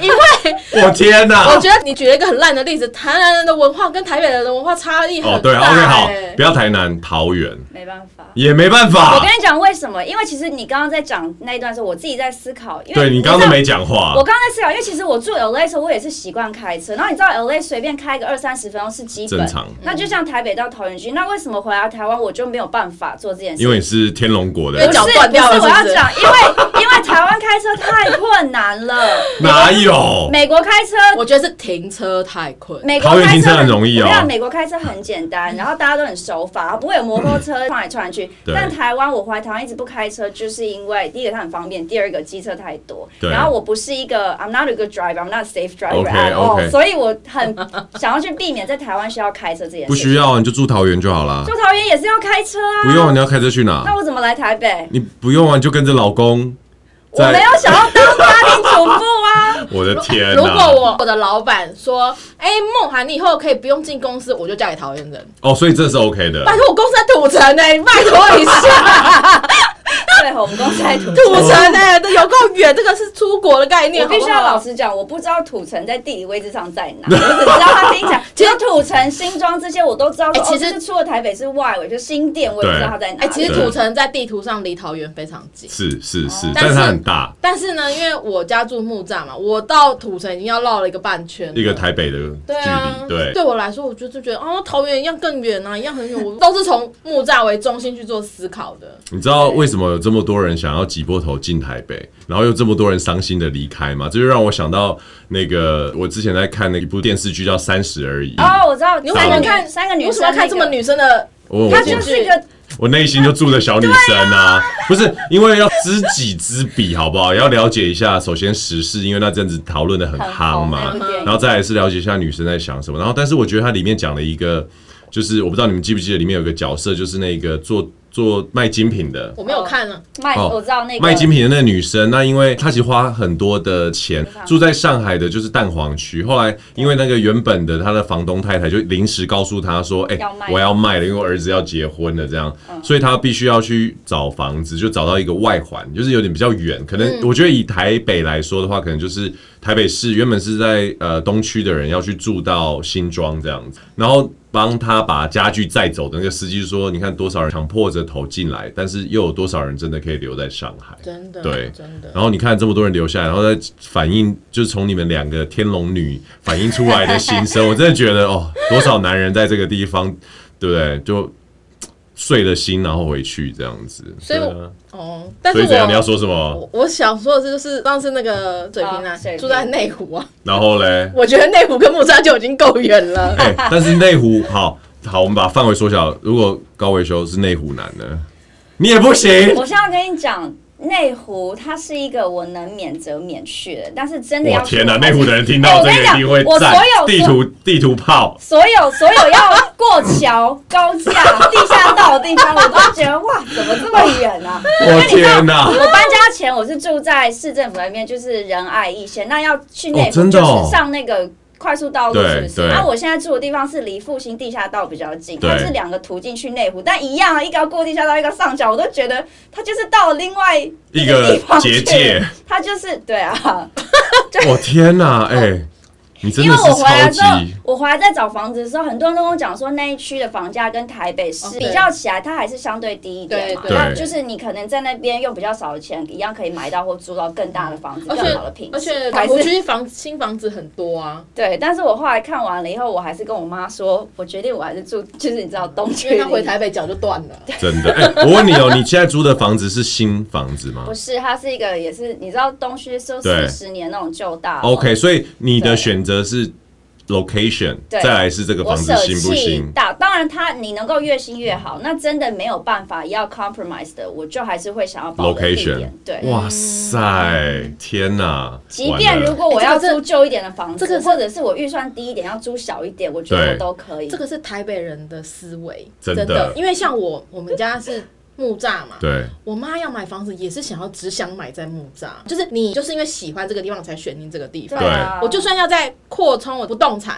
S1: 因为我天哪，
S3: 我觉得你举了一个很烂的例子，台南人的文化跟台北人的文化差异很大、
S1: 哦，对，OK，好
S3: 哎，
S1: 不要台南、桃园，
S2: 没办法。
S1: 也没办
S2: 我
S1: 法
S2: 跟。你讲为什么？因为其实你刚刚在讲那一段的时候，我自己在思考，因为
S1: 对你刚刚
S2: 知
S1: 都
S2: 道
S1: 没讲话
S2: 我，刚刚在思考，因为其实我住 LA 的时候，我也是习惯开车。然后你知道 LA 随便开个二三十分钟是基本，
S1: 正常
S2: 那就像台北到桃园区，那为什么回来台湾我就没有办法做这件事？
S1: 因为你是天龙国的
S3: 因
S1: 人
S3: 为
S2: 不，是
S3: 脚断掉了
S2: 不是我
S3: 是
S2: 要
S3: 不是
S2: 讲，因为因为台湾开车太困难 了，
S1: 哪有？
S2: 美国开车。
S3: 我觉得是停车太困。
S2: 美国
S1: 桃园
S2: 开
S1: 停车
S2: 车
S1: 很容易哦
S2: 我跟你讲美国开车很简单，然后大家都很守法，不会有摩托车撞来撞去。
S1: 对
S2: 但台湾我回来台湾一直不开车，就是因为第一个它很方便，第二个机车太多。
S1: 对
S2: 然后我不是一个 I'm not a good driver, I'm not a safe driver
S1: OK，
S2: at all，
S1: OK
S2: 所以我很想要去避免在台湾需要开车这件事。
S1: 不需，要，啊你就住桃园就好啦
S2: 就。桃园也是要开车啊。
S1: 不用，你要开车去哪
S2: 那？我怎么来台北？
S1: 你不用啊，你就跟着老公。
S2: 我没有想要当家庭主妇啊。
S1: 我的天
S3: 如
S1: 哪！
S3: 果我我的老板说，哎、梦涵，你以后可以不用进公司，我就嫁给桃园人。
S1: 哦，所以这是 OK 的
S3: 拜。托，我公司在土城呢、你拜托 一下，
S2: 对，我们公司在土
S3: 土城呢、这有够远，这个是出国的概念，
S2: 我必须要
S3: 啊好不好
S2: 老。实讲，我不知道土城在地理位置上在哪，我只知道它听起 来，其实土城、新庄这些我都知道说。
S3: 哎其实
S2: 哦这是除了台北是外围，就新店我也不知道它在哪
S3: 哎、
S2: 里。
S3: 其实
S1: 对
S3: 土城在地图上离桃园非常近。
S1: 是是是，
S3: 但
S1: 但
S3: 是
S1: 是它很大，
S3: 但是呢，因为我家住木栅嘛，我到土城已经要绕了一个半圈了，
S1: 一个台北的距
S3: 对啊，
S1: 离，对。
S3: 我来说，我就就觉得哦，桃园一样更远啊，一样很远，我 都是从木栅为中心去做思考的。
S1: 你知道为什么有这么多人想要挤破头进台北，然后又这么多人伤心的离开吗？这就让我想到那个我之前在看那一部电视剧叫《三十而已》，
S2: 哦，我知道，
S3: 你为什
S2: 三
S3: 么
S2: 个
S1: 要
S2: 女
S3: 看
S2: 三个
S3: 你
S2: 女
S3: 为什么
S2: 生
S3: 要，看这么？女生的？
S1: 我我
S2: 她就是一个
S1: 我内心就住着小女生啊，不是因为要知己知彼，好不好？也要了解一下，首先时事，因为那阵子讨论的很
S2: 很
S1: 夯
S2: 红
S1: 嘛
S2: 那，部电
S1: 然
S2: 影
S1: 后再来是了解一下女生在想什么。然后，但是我觉得它里面讲了一个，就是我不知道你们记不记得，里面有个角色就是那个做做卖精品的，
S3: 我没有看啊，
S2: 卖，
S1: 哦
S2: 我知道那个
S1: 卖精品的那个女生，那因为她其实花很多的钱
S2: 非常
S1: 住在上海的，就是蛋黄区。后来因为那个原本的她的房东太太就临时告诉她说：“哎、
S2: 要卖
S1: 我要卖了，因为我儿子要结婚了。”这样，所以她必须要去找房子，就找到一个外环，就是有点比较远。可能我觉得以台北来说的话，可能就是台北市原本是在呃东区的人要去住到新庄这样子，然后。帮他把家具载走的那个司机说：“你看多少人强迫着头进来，但是又有多少人真的可以留在上海？
S3: 真的，
S1: 对
S3: 真的。
S1: 然后你看这么多人留下来，然后再反映，就是从你们两个天龙女反映出来的心声，我真的觉得哦，多少男人在这个地方，对不对？就嘖碎了心，然后回去这样子。
S3: 所以我
S1: 对啊
S3: 哦，但是
S1: 所以
S3: 我
S1: 怎样？你要说什么？
S3: 我我想说的是，就是上次那个水瓶
S2: 啊
S3: 男
S2: 水瓶
S3: 住在内湖啊，
S1: 然后嘞，
S3: 我觉得内湖跟木栅就已经够远了。
S1: 哎、但是内湖好好，我们把范围缩小。如果高维修是内湖男呢，你也不行。
S2: 我现在跟你讲，内湖它是一个我能免则免去的，但是真的
S1: 我
S2: 要
S1: 天哪，
S2: 去的
S1: 内
S2: 话
S1: 湖的人听到这
S2: 哎
S1: 个
S2: 我跟你
S1: 一
S2: 讲
S1: 定会
S2: 我
S1: 赞
S2: 所有
S1: 地图地图炮。
S2: 所有所有要过桥、高架、地下道的地方，我都觉得哇，怎么这么远啊？
S1: 我天哪！
S2: 我搬家前我是住在市政府那边，就是仁爱一线，那要去内
S1: 哦
S2: 湖
S1: 真的
S2: 就
S1: 哦
S2: 是上那个。快速道路
S1: 对
S2: 是不是？
S1: 对
S2: 那我现在住的地方是离复兴地下道比较近，
S1: 对
S2: 它是两个途径去内湖，但一样啊，一个要过地下道，一个上桥，我都觉得它就是到了另外
S1: 一
S2: 个
S1: 个
S2: 地方
S1: 结
S2: 去
S1: 界，
S2: 它就是对啊，
S1: 我哦天哪！哎，你真
S2: 因
S1: 的
S2: 为
S1: 是
S2: 我回来
S1: 超
S2: 之后
S1: 级，
S2: 我回来在找房子的时候，很多人都跟我讲说，那一区的房价跟台北市
S3: 对
S2: 比较起
S1: 哦
S2: 来，它还是相对低一点嘛。
S3: 对
S1: 对
S2: 那就是你可能在那边用比较少的钱，一样可以买到或租到更大的房子、
S3: 而
S2: 更
S3: 且
S2: 好的品质。
S3: 而且
S2: 还
S3: 港湖
S2: 是
S3: 区房新房子很多啊，
S2: 对，但是我后来看完了以后，我还是跟我妈说，我决定我还是住， 就是你知道东
S3: 因为
S2: 区
S3: 他。回台北脚就断了。
S1: 真的。哎，我问你哦，你现在租的房子是新房子 吗
S2: 不是，它是一个也是你知道东区是
S1: 对
S2: 四十年那种旧大楼
S1: ？OK，所以你的
S2: 对
S1: 选择是 location，
S2: 对
S1: 再来是这个
S2: 我
S1: 房子
S2: 舍
S1: 新不
S2: 弃
S1: 新？
S2: 大，当然它你能够越新越
S3: 嗯
S2: 好。那真的没有办法要 compromise 的，我就还是会想要保留地
S1: Location
S2: 点。对，
S1: 哇塞，天哪！
S2: 即
S1: 完
S2: 便
S1: 了
S2: 如果我
S3: 哎这个
S2: 要
S3: 真
S2: 租旧一点的房子，
S3: 哎这个是
S2: 或者是我预算低一点要租小一点，我觉得
S1: 对
S2: 我都可以。
S3: 这个是台北人的思维，
S1: 真的
S3: 因为像我，我们家是木栅嘛，
S1: 对，
S3: 我妈要买房子也是想要只想买在木栅，就是你就是因为喜欢这个地方才选定这个地方。
S2: 啊，
S3: 我就算要在扩充我不动产，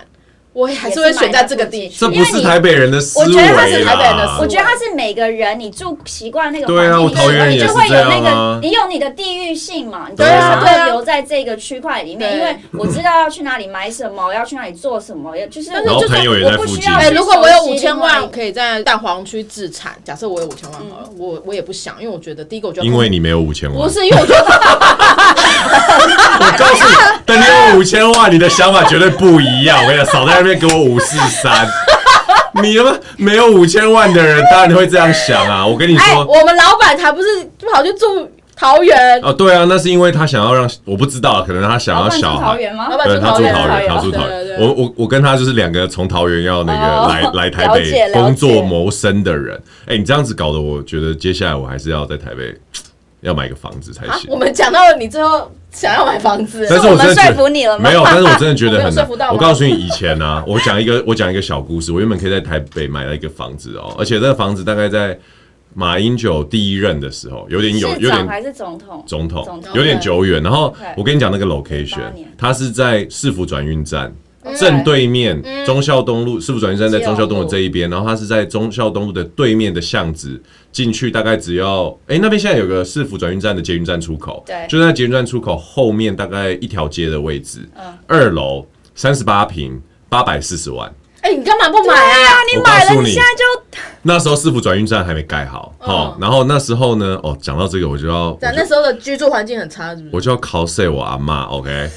S3: 我也还是会选在这个地区。
S1: 这不是台北人的思
S2: 我
S1: 维
S2: 觉得他
S3: 是台北人的
S1: 啦
S3: 思
S2: 我
S3: 维
S2: 觉得它是每个人你住习惯那个
S1: 啊对啊
S2: 环境，
S1: 我桃园
S2: 你
S1: 也
S2: 就是会有那
S1: 这样啊
S2: 个，你有你的地域性嘛，你就
S1: 对
S2: 会
S1: 啊
S2: 想
S3: 对啊
S2: 要留在这个区块里面，
S3: 对
S2: 因为我知道要去哪里买什么，要去哪里做什么，也就是
S3: 但是
S1: 然后
S3: 就算
S1: 朋友也
S2: 我
S1: 在
S2: 不
S1: 附
S2: 需
S1: 近
S2: 要，
S3: 哎、
S2: 去
S3: 如果我有
S2: 熟悉
S3: 五千
S2: 另外
S3: 万可以嗯在蛋黄区自产，假设我有五千万好了，我我也不想，因为我觉得第一个我觉得
S1: 因为你没有五千万
S3: 不。是因为我觉得
S1: 我告诉你，等你有五千万，你的想法绝对不一样。我跟你讲，少在那边给我五四三。你他妈没有五千万的人，当然会这样想啊！我跟你
S3: 哎、
S1: 说，
S3: 我们老板他不是跑去住桃园，
S1: 哦，对啊，那是因为他想要让，我不知道，啊可能他想要小
S2: 哦桃
S1: 孩。
S2: 园吗
S3: 老？板
S1: 对，
S3: 住
S1: 他
S3: 桃
S1: 住
S3: 园，
S1: 桃园，他住
S3: 对
S1: 桃
S3: 对
S1: 园。
S3: 对
S1: 我我我跟他就是两个从桃园要那
S2: 哦
S1: 个来来台
S2: 了
S1: 北
S2: 解了解
S1: 工作谋生的人。哎，你这样子搞得，我觉得接下来我还是要在台北要买个房子才
S3: 啊
S1: 行
S3: 我。们讲到了你最后想要买房子，
S1: 但是我
S2: 我
S1: 真的
S2: 们
S1: 觉得
S2: 说服你了吗？
S1: 没有，但是我真的觉 得很
S3: 我没有说
S1: 难
S3: 服到。吗
S1: 我告诉你，以前啊，我讲一个，我讲一个小故事。我原本可以在台北买了一个房子哦，而且这个房子大概在马英九第一任的时候，有点有
S2: 市
S1: 有
S2: 长
S1: 点
S2: 还是总统？
S1: 总统
S2: 总统
S1: 有点久远。然后
S2: OK
S1: 我跟你讲那个
S2: 08
S1: location，
S2: 年嗯
S1: 它是在市府转运站。
S2: OK
S1: 正对面
S2: 嗯
S1: 忠孝东路，市府转运站在忠孝东路这一边，然后它是在忠孝东路的对面的巷子进去，大概只要哎、那边现在有个市府转运站的捷运站出口，
S2: 对
S1: 就在捷运站出口后面大概一条街的位置，
S2: 嗯
S1: 二楼三十八平八百四十万，
S3: 哎、你干嘛不买
S2: 对啊
S3: 啊？，
S2: 你
S1: 我
S2: 买
S1: 告
S2: 了，
S1: 诉
S2: 你
S1: 你
S2: 现在就
S1: 那时候市府转运站还没盖好，
S2: 嗯
S1: 好、然后那时候呢，哦，讲到这个我就要，
S3: 咱
S1: 我
S3: 那
S1: 就
S3: 时候的居住环境很差，是不是？
S1: 我就要 cos 我阿妈，OK，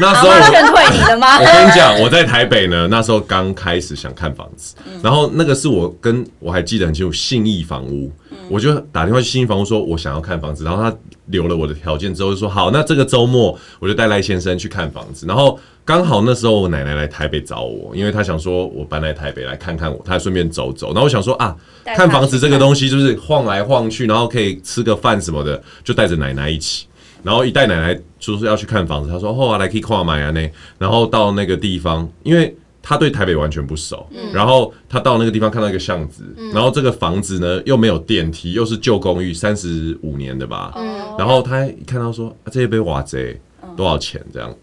S1: 那时
S2: 阿
S1: 候
S2: 妈
S1: 我
S2: 劝退你了吗
S1: 我？跟你讲，我在台北呢，那时候刚开始想看房子，然后那个是我跟我还记得很清楚，信义房屋，我就打电话去信义房屋说，我想要看房子，然后他留了我的条件之后就说好，那这个周末我就带赖先生去看房子，然后刚好那时候我奶奶来台北找我，因为她想说我搬来台北来看看我，她顺便走走，然后我想说啊，
S2: 带她
S1: 看房子这个
S2: 去看
S1: 东西就是晃来晃去，然后可以吃个饭什么的，就带着奶奶一起。然后一带奶奶就是要去看房子，她说：“哦，啊来可以跨买啊呢。”然后到那个地方，因为她对台北完全不熟，嗯然后她到那个地方看到一个巷子，然后这个房子呢又没有电梯，又是旧公寓，三十五年的吧，
S2: 嗯
S1: 然后她一看到说：“啊、这一杯瓦贼多少钱？”这样，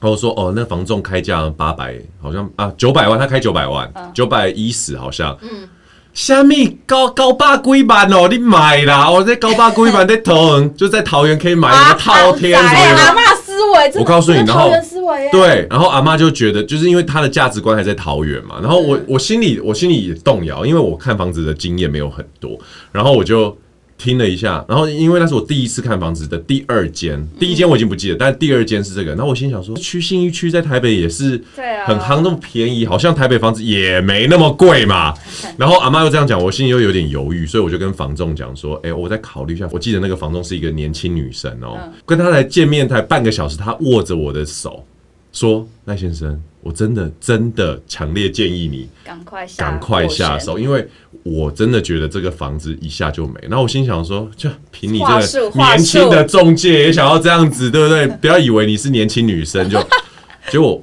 S1: 然后说：“哦，那房仲开价八百，好像啊九百万，他开九百万，九百一十好像。”嗯。虾米高高八几万哦，你买啦！我这高八几万在桃园，就在桃园可以买什么套天什么
S3: 哎、
S1: 的。
S3: 阿妈思维，这
S1: 我告诉你
S3: 这
S1: 然
S3: 是
S1: 后
S3: 桃园思围耶。
S1: 对，然后阿妈就觉得，就是因为她的价值观还在桃园嘛，然后我我心里我心里也动摇，因为我看房子的经验没有很多，然后我就听了一下，然后因为那是我第一次看房子的第二间，第一间我已经不记得，但第二间是这个，然后我心想说，区信义区在台北也是
S2: 对啊
S1: 很夯，那么便宜，好像台北房子也没那么贵嘛， 然后阿妈又这样讲，我心里又有点犹豫，所以我就跟房仲讲说，哎、我再考虑一下，我记得那个房仲是一个年轻女生哦、
S2: 嗯
S1: 跟她来见面才半个小时，她握着我的手。说赖先生，我真的真的强烈建议你
S2: 赶快下，
S1: 赶快下手，。因为我真的觉得这个房子一下就没。然后我心想说，就凭你
S2: 话
S1: 这个
S2: 术话
S1: 年轻的
S2: 术
S1: 中介也想要这样子，对不对？ 不要以为你是年轻女生就， 结果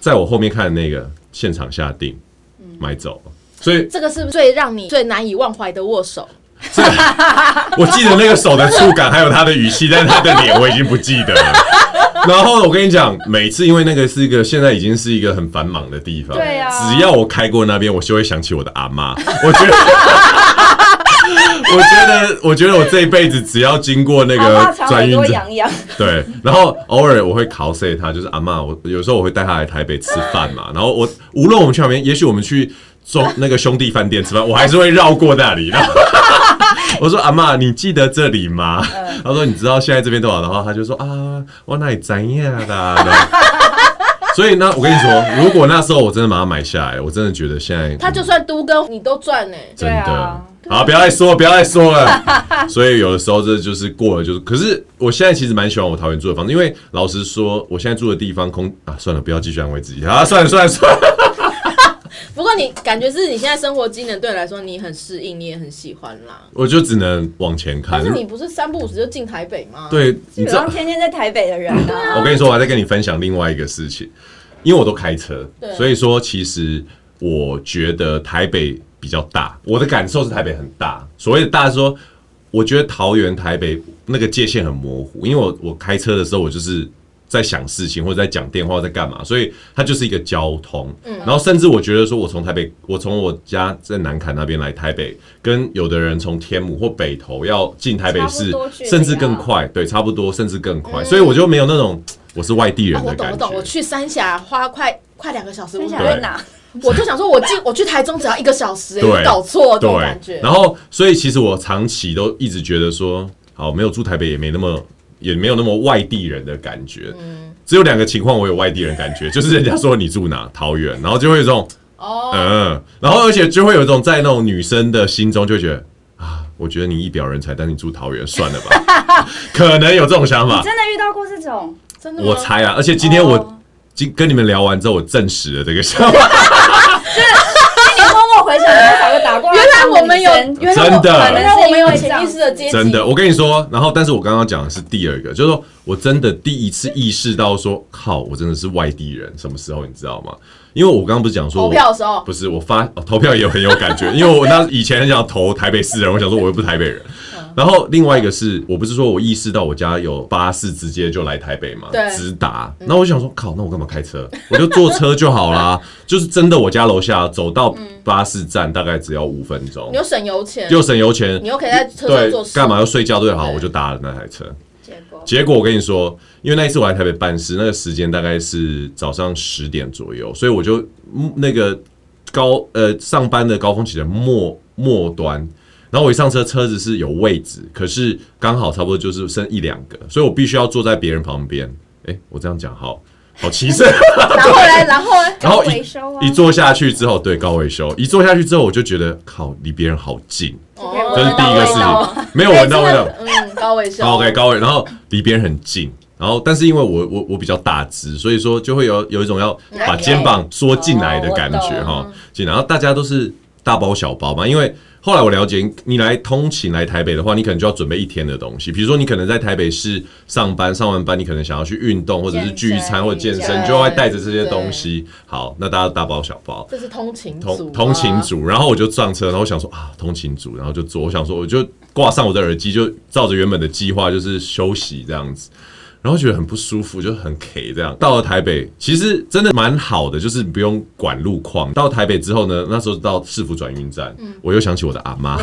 S1: 在我后面看的那个现场下定
S2: 嗯
S1: 买走了。所以
S3: 这个是不是最让你最难以忘怀的握手？
S1: 我记得那个手的触感，还有他的语气，但是他的脸我已经不记得 了。然后我跟你讲，每次因为那个是一个现在已经是一个很繁忙的地方，
S2: 对啊
S1: 只要我开过那边，我就会想起我的阿妈。我觉得， 我觉得，我觉得我这一辈子只要经过那
S2: 阿妈
S1: 个
S2: 常
S1: 转
S2: 很
S1: 运
S2: 多
S1: 站，
S2: 洋洋，
S1: 对，然后偶尔我会 cos 他，就是阿嬷，我有时候我会带他来台北吃饭嘛，然后我无论我们去哪边，也许我们去中那个兄弟饭店吃饭，我还是会绕过那里。然后我说阿嬷，你记得这里吗？他说你知道现在这边多少？然后他就说啊，我哪里怎样啦？然后 所以呢，我跟你说，如果那时候我真的把它买下来，我真的觉得现在
S3: 他就算都跟你都赚呢、
S1: 真的。
S2: 对啊
S1: 好，不要再说了，不要再说 了。所以有的时候这就是过了，就是。可是我现在其实蛮喜欢我桃园住的房子，因为老实说，我现在住的地方空啊，算了，不要继续安慰自己啊，算了算了算了。
S3: 不过你感觉是你现在生活机能对你来说你很适应，你也很喜欢啦。
S1: 我就只能往前看
S3: 但是。你不是三不五时就进台北吗？，
S1: 对，你
S2: 基本
S1: 知道哦
S2: 上，天天在台北的人 啊，
S1: 我跟你说，我还在跟你分享另外一个事情，因为我都开车
S3: 对，
S1: 所以说其实我觉得台北比较大，我的感受是台北很大。所谓的大是说，我觉得桃园、台北那个界限很模糊，因为我我开车的时候，我就是在想事情或者在讲电话在干嘛，所以它就是一个交通。
S2: 嗯
S1: 然后甚至我觉得说，我从台北，我从我家在南坎那边来台北，跟有的人从天母或北投要进台北市
S2: 差不多距离，啊
S1: 甚至更快，对，差不多甚至更快，所以我就没有那种我是外地
S3: 嗯哦
S1: 人、
S3: 我
S1: 的
S3: 懂我
S1: 感
S3: 懂，我
S1: 觉。
S3: 去三峡花快快两个小时，我
S2: 分享
S1: 对
S2: 在哪？
S3: 我就想说我进我去台中只要一个小时、欸，
S1: 对
S3: 你搞错这种感
S1: 对
S3: 觉，。
S1: 然后所以其实我长期都一直觉得说，好，没有住台北也没那么。也没有那么外地人的感觉，
S3: 嗯
S1: 只有两个情况我有外地人感觉， 就是人家说你住哪，桃园，然后就会有一种
S3: 哦，
S1: 嗯，然后而且就会有一种在那种女生的心中就会觉得啊，我觉得你一表人才，但你住桃园算了吧， 可能有这种想
S2: 你
S1: 法，
S2: 真的遇到过这种？
S3: 真的吗？
S1: 我猜啊。而且今天我
S2: 哦
S1: 今跟你们聊完之后，我证实了这个想法，
S2: 你默默回想，你多少个打过来
S3: 原来我们有
S2: 的女生，
S3: 原来
S1: 真的
S3: 我原来我们有潜意识的阶级，
S1: 真的。我跟你说，然后但是我刚刚讲的是第二个，就是说我真的第一次意识到说，靠，我真的是外地人，什么时候你知道吗？因为我刚刚不是讲说
S3: 投
S1: 我
S3: 票的时候
S1: 不是我发、哦投票也很有感 觉，因为我那以前很想投台北市人，我想说我又不是台北人。
S3: 嗯
S1: 然后另外一个是我不是说我意识到我家有巴士直接就来台北嘛
S3: 对，嗯
S1: 直达。那我就想说，靠，那我干嘛开车？我就坐车就好啦。 就是真的，我家楼下走到巴士站大概只要五分钟
S3: 嗯你，又省油钱，
S1: 又省油钱
S3: 你，又可以在车上
S1: 对
S3: 做，事，
S1: 干嘛？要睡觉都好，
S3: 对
S1: 我就搭了那台车。
S2: 结果
S1: 结果我跟你说，因为那一次我来台北办事，那个时间大概是早上十点左右，所以我就嗯那个高呃上班的高峰期的末末端。然后我一上车，车子是有位置，可是刚好差不多就是剩一两个，所以我必须要坐在别人旁边。诶，我这样讲好好歧 视。
S3: 然后嘞，然后嘞，
S1: 然后
S2: 高维
S1: 一
S2: 修啊
S1: 一坐下去之后，对高维修，一坐下去之后，我就觉得靠，离别人好近，
S2: 哦
S1: 这是第一个事
S2: 闻到味道
S1: 情，没有闻到味道。
S3: 对真的嗯，高维修
S1: OK，高伟，然后离别人很近，然后但是因为我我我比较大只，所以说就会有有一种要把肩膀缩进来的感觉
S3: 哦我
S1: 哈，进来，然后大家都是大包小包嘛，因为。后来我了解，你来通勤来台北的话，你可能就要准备一天的东西。比如说，你可能在台北市上班，上完班你可能想要去运动，或者是聚
S2: 健身
S1: 餐或者健身，
S3: 对
S1: 就会带着这些东西。好，那大家大包小包。
S3: 这是通勤组
S1: 同
S3: 啊
S1: 同情，组，然后我就上车，然后我想说啊，同情组，然后就坐，我想说我就挂上我的耳机，就照着原本的计划就是休息这样子，然后觉得很不舒服，就很 K 这样。到了台北，其实真的蛮好的，就是不用管路况。到台北之后呢，那时候到市府转运站，我又想起我的阿妈，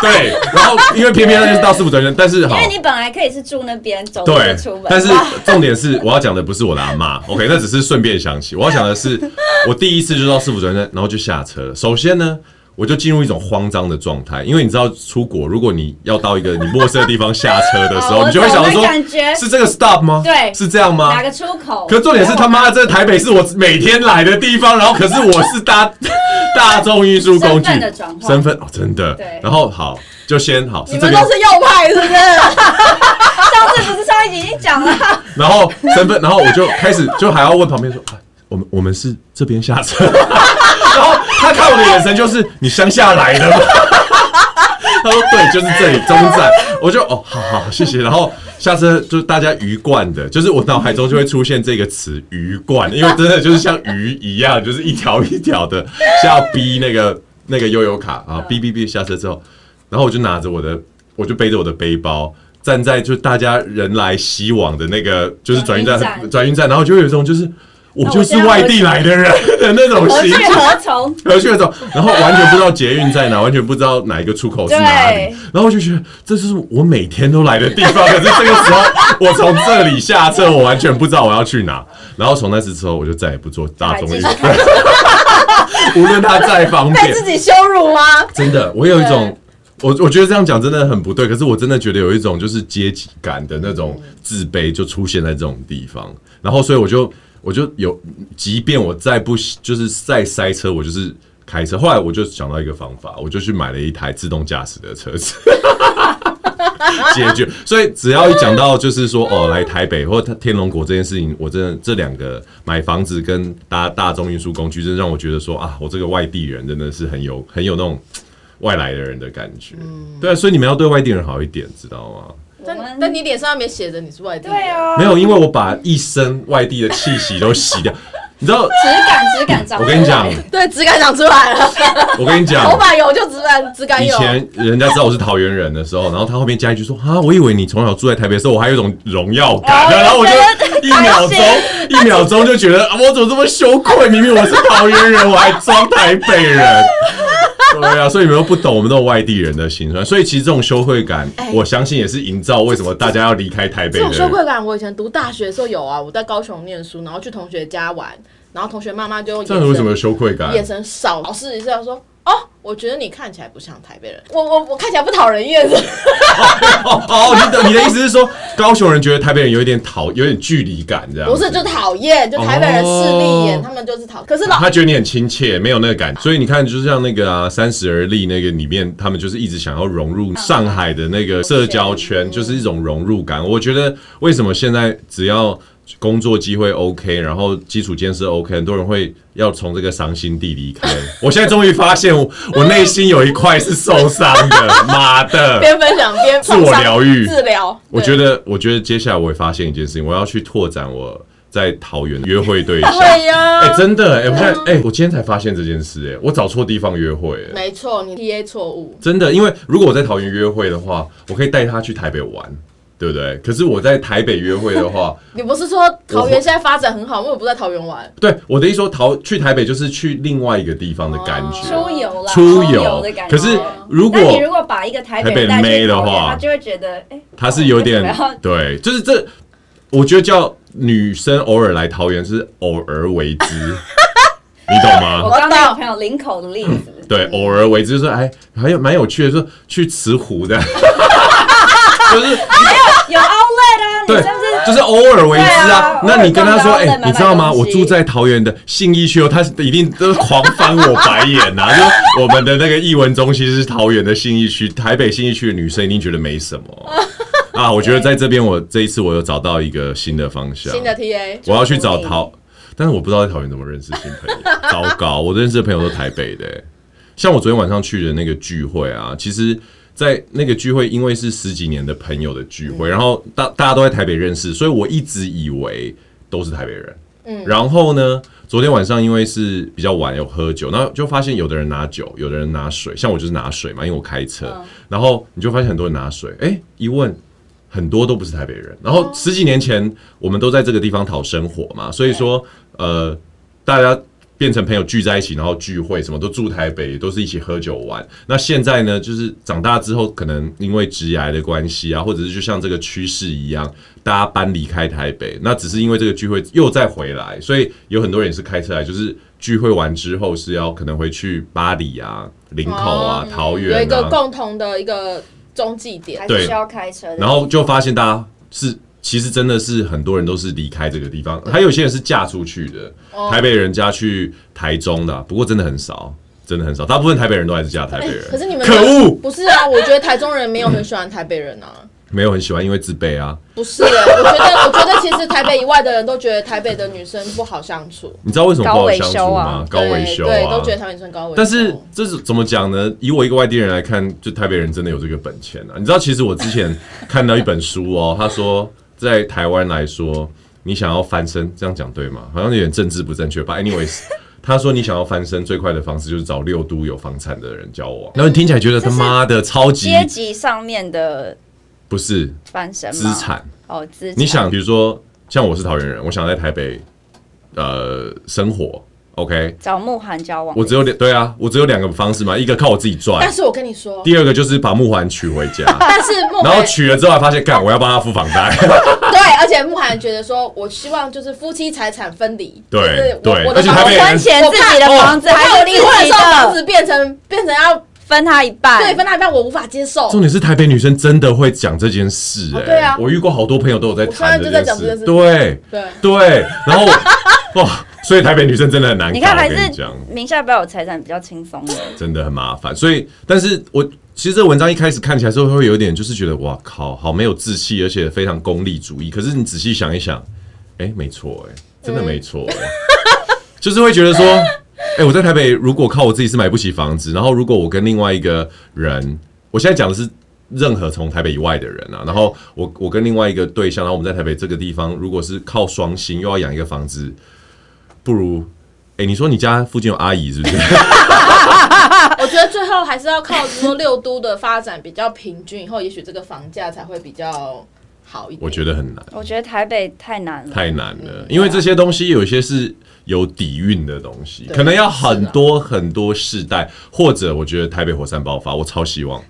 S1: 对，然后因为偏偏那就是到市府转圈，但是
S2: 因
S1: 好
S2: 为。你本来可以是住那边，走路
S1: 对
S2: 就哦出门，，
S1: 但是重点是我要讲的不是我的阿妈，OK，那只是顺便想起。我要讲的 是，我第一次就到市府转圈，然后就下车了。首先呢，我就进入一种慌张的状态，因为你知道出国，如果你要到一个你陌生的地方下车的时
S2: 哦
S1: 候，
S2: 我
S1: 你就会
S2: 懂
S1: 想
S2: 那
S1: 说
S2: 感觉，
S1: 是这个 stop 吗？
S2: 对
S1: 是这样吗？
S2: 哪个出口？
S1: 可重点是他妈的，这台北是我每天来的地方，然后可是我是 搭大众运输工具，
S2: 身份的转换
S1: 身份哦，真的。
S2: 对
S1: 然后好，就先好是
S3: 你
S1: 这
S3: 们
S1: 边
S3: 都，是右派是不是？
S2: 上次不是上一集已经讲了，
S1: 然后身份，然后我就开始就还要问旁边说，啊、我们我们是这边下车，然后他看我的眼神就是你乡下来的吗？ 他说对，就是这里中站，我就哦，好好谢谢。然后下车就是大家鱼贯的，就是哦我脑海中就会出现这个词“鱼贯”，因为真的就是像鱼一样，就是一条一条的，像要逼那个那个悠游卡 啊，逼逼逼。下车之后，然后我就拿着我的，我就背着我的背包。站在就大家人来熙往的那个，就是转运
S2: 转
S1: 站，
S2: 运站
S1: 转运站，然后就有一种就是我
S2: 那我
S1: 就是
S2: 现在
S1: 外
S2: 回
S1: 地
S2: 去
S1: 来的人的那种
S2: 何
S1: 心
S2: 去
S1: 情。
S2: 何从？
S1: 然后去了之后，然后完全不知道捷运在哪，完全不知道哪一个出口是哪里
S2: 对，
S1: 然后我就觉得这就是我每天都来的地方。可是这个时候，我从这里下车，我完全不知道我要去哪。然后从那次之后，我就再也不坐大众运输
S2: 还，
S1: 无论它再方
S3: 被
S1: 便
S3: 自，己羞辱吗？
S1: 真的，我有一种。我我觉得这样讲真的很不对，可是我真的觉得有一种就是阶级感的那种自卑就出现在这种地方，然后所以我就我就有，即便我再不就是再塞车，我就是开车。后来我就想到一个方法，我就去买了一台自动驾驶的车子。 解决。所以只要一讲到就是说哦，来台北或者天龙国这件事情，我真的这两个买房子跟搭大众运输工具，真的让我觉得说啊，我这个外地人真的是很有很有那种嘖外来的人的感觉。对啊，所以你们要对外地人好一点，知道吗？
S2: 我
S3: 但
S2: 们
S3: 但你脸上没写着你是外地人，
S2: 对，啊，
S1: 没有，因为我把一身外地的气息都洗掉。你知道，
S2: 质感质感长。
S1: 我跟你讲，
S3: 对，质感长出来了，
S1: 我跟你讲，
S3: 头发有就质感质感
S1: 以
S3: 有，
S1: 前人家知道我是桃园人的时候，然后他后面加一句说啊，我以为你从小住在台北的时候，我还有一种荣耀感，
S2: 哦
S1: 然后我就一秒钟
S2: 开
S1: 一秒钟就觉得啊，我怎么这么羞愧？明明我是桃园人，我还装台北人。 对啊，所以你们又不懂我们这种外地人的心酸，所以其实这种羞愧感，我相信也是营造为什么大家要离开台北
S3: 哎这
S1: 的人。
S3: 种羞愧感，我以前读大学的时候有啊，我在高雄念书，然后去同学家玩，然后同学妈妈就用
S1: 这样为
S3: 眼
S1: 什
S3: 神
S1: 么有羞愧感？
S3: 眼神扫视一下说。哦，我觉得你看起来不像台北人，我我我看起来不讨人厌，
S1: 哦哦，你的你的意思是说，高雄人觉得台北人有一点讨，有点距离感这样子？
S3: 不是就讨厌，就台北人势利眼，
S1: 哦
S3: 他们就是讨。可是老
S1: 他觉得你很亲切，没有那个感觉，所以你看，就是像那个啊，《三十而立》那个里面，他们就是一直想要融入上海的那个社交圈，就是一种融入感。我觉得为什么现在只要工作机会 OK，然后基础建设 OK，很多人会要从这个伤心地离开。我现在终于发现我，我内心有一块是受伤的，妈的！
S3: 边分享边
S1: 自我疗愈
S3: 治疗。
S1: 我
S3: 对
S1: 觉得，我觉得接下来我会发现一件事情，我要去拓展我在桃园的约会对象。
S3: 对呀、
S1: 哎、真的哎、我现 在哎、我今天才发现这件事哎、我找错地方约会哎、
S3: 没错，你 T A 错误。
S1: 真的，因为如果我在桃园约会的话，我可以带他去台北玩，对不对？可是我在台北约会的话，
S3: 你不是说桃园现在发展很好，因为我不在桃园玩，
S1: 对我的意思说桃去台北就是去另外一个地方的感
S3: 哦
S1: 觉，
S2: 出游啦，
S1: 出
S2: 游
S1: 游
S2: 的感。觉。
S1: 可是如
S2: 但你如
S1: 果
S2: 果把一个台北
S1: 台北
S2: 人带
S1: 妹
S2: 去
S1: 的
S2: 桃园
S1: 话
S2: 他就会觉得，哎，
S1: 他是有 点
S2: 为什么要
S1: 对，就是这，我觉得叫女生偶尔来桃园是偶尔为之，你懂 吗？
S2: 我刚刚那个朋友林口的例子，
S1: 对，偶尔为之，就是哎，还有蛮有趣的，说去慈湖的， 就是
S2: 有 outlet 啊，你
S1: 对
S2: 是不哎是？，
S1: 就是偶尔为之
S2: 对
S1: 啊
S2: 啊。
S1: 那你跟他说，
S2: 偶尔逛
S1: 哎
S2: 逛，
S1: 你知道吗？
S2: 买买
S1: 我
S2: 东西
S1: 住在桃园的信义区哦，他一定都狂翻我白眼 呐。就我们的那个艺文中心是桃园的信义区，台北信义区的女生一定觉得没什么啊。我觉得在这边，我这一次我有找到一个新的方向，
S3: 新的 T A
S1: 啊我要去找桃，但是我不知道在桃园怎么认识新朋友。糟糕，我认识的朋友都台北的欸、像我昨天晚上去的那个聚会啊，其实，在那个聚会，因为是十几年的朋友的聚会，然后大大家都在台北认识，所以我一直以为都是台北人。嗯，然后呢，昨天晚上因为是比较晚有喝酒，然后就发现有的人拿酒，有的人拿水，像我就是拿水嘛，因为我开车，然后你就发现很多人拿水，哎、一问很多都不是台北人。然后十几年前我们都在这个地方讨生活嘛，所以说呃，大家变成朋友聚在一起，然后聚会，什么都住台北，都是一起喝酒玩。那现在呢，就是长大之后，可能因为职涯的关系啊，或者是就像这个趋势一样，大家搬离开台北，那只是因为这个聚会又再回来，所以有很多人也是开车来，啊就是聚会完之后是要可能回去巴黎啊、林口啊、
S3: 哦
S1: 桃园、啊，
S3: 有一个共同的一个中继点
S2: 还。
S1: 对
S2: 是需要开车的。
S1: 然后就发现大家是。其实真的是很多人都是离开这个地方，还有些人是嫁出去的，
S3: 哦
S1: 台北人嫁去台中的啊、不过真的很少，真的很少，大部分台北人都还是嫁台北
S3: 哎
S1: 人。
S3: 可是你们
S1: 可恶，
S3: 不是啊？我觉得台中人没有很喜欢台北人啊。
S1: 没有很喜欢，因为自卑啊。
S3: 不是、欸，我觉得，我觉得其实台北以外的人都觉得台北的女生不好相处，
S1: 你知道为什么不
S2: 高
S1: 好
S2: 维
S1: 相
S2: 修
S1: 处
S2: 啊
S1: 吗？高维修
S3: 对，
S1: 啊
S3: 都。觉得台北女生高维修。
S1: 但是这是怎么讲呢？以我一个外地人来看，就台北人真的有这个本钱啊。你知道，其实我之前看到一本书哦，他说在台湾来说，你想要翻身，这样讲对吗？好像有点政治不正确吧。Anyways，他说你想要翻身最快的方式就是找六都有房产的人交往。然后你听起来觉得他妈的超级
S2: 阶级上面的
S1: 不是
S2: 翻身吗
S1: 资产。
S2: 哦，资产。
S1: 你想，比如说像我是桃园人，我想在台北呃生活，OK，
S2: 找慕寒交往？
S1: 我只有两对啊，我只有两个方式嘛，一个靠我自己 赚
S3: 但，是我跟你说，
S1: 第二个就是把慕寒娶回 家，
S3: 但是慕
S1: 然后
S3: 寒
S1: 娶了之后还发现，干我要帮他付房 贷，
S3: 对，而且慕寒觉得说，我希望就是夫妻财产分离，
S1: 对
S3: 就是我
S1: 对
S3: 我的
S1: 而且
S3: 房
S1: 台北人
S2: 婚前自己的房子
S3: 我怕
S2: 还
S3: 我
S2: 有
S3: 离
S2: 另
S3: 婚的
S2: 外
S3: 时候房
S2: 的，
S3: 子变成变成要
S2: 分他一半。
S3: 对分到一半，我无法接受。
S1: 重点是台北女生真的会讲这件事、哎、
S3: 哦对啊
S1: 我遇过好多朋友都有在谈
S3: 我
S1: 这
S3: 现在就在
S1: 件
S3: 讲这件
S1: 事，
S3: 事
S1: 对
S3: 对，
S1: 对，然后 哦，所以台北女生真的很难搞，
S2: 你看还
S1: 我跟你
S2: 是
S1: 讲。
S2: 名下不要有财产比较轻松的。
S1: 真的很麻烦。所以，但是我其实这文章一开始看起来时候会有点就是觉得哇靠，好没有志气，而且非常功利主义。可是你仔细想一想，哎、没错，哎，真的没错、哎，就是会觉得说，哎、我在台北如果靠我自己是买不起房子，然后如果我跟另外一个人，我现在讲的是。任何从台北以外的人啊，然后我我跟另外一个对象，然后我们在台北这个地方，如果是靠双薪又要养一个房子，不如，哎、你说你家附近有阿姨是不 是？
S3: 我觉得最后还是要靠说六都的发展比较平均，以后也许这个房价才会比较好一点。
S1: 我觉得很难。
S2: 我觉得台北太难了。
S1: 太难了，因为这些东西有些是有底蕴的东西，
S3: 对
S1: 可能要很多很多世代，或者我觉得台北火山爆发，我超希望，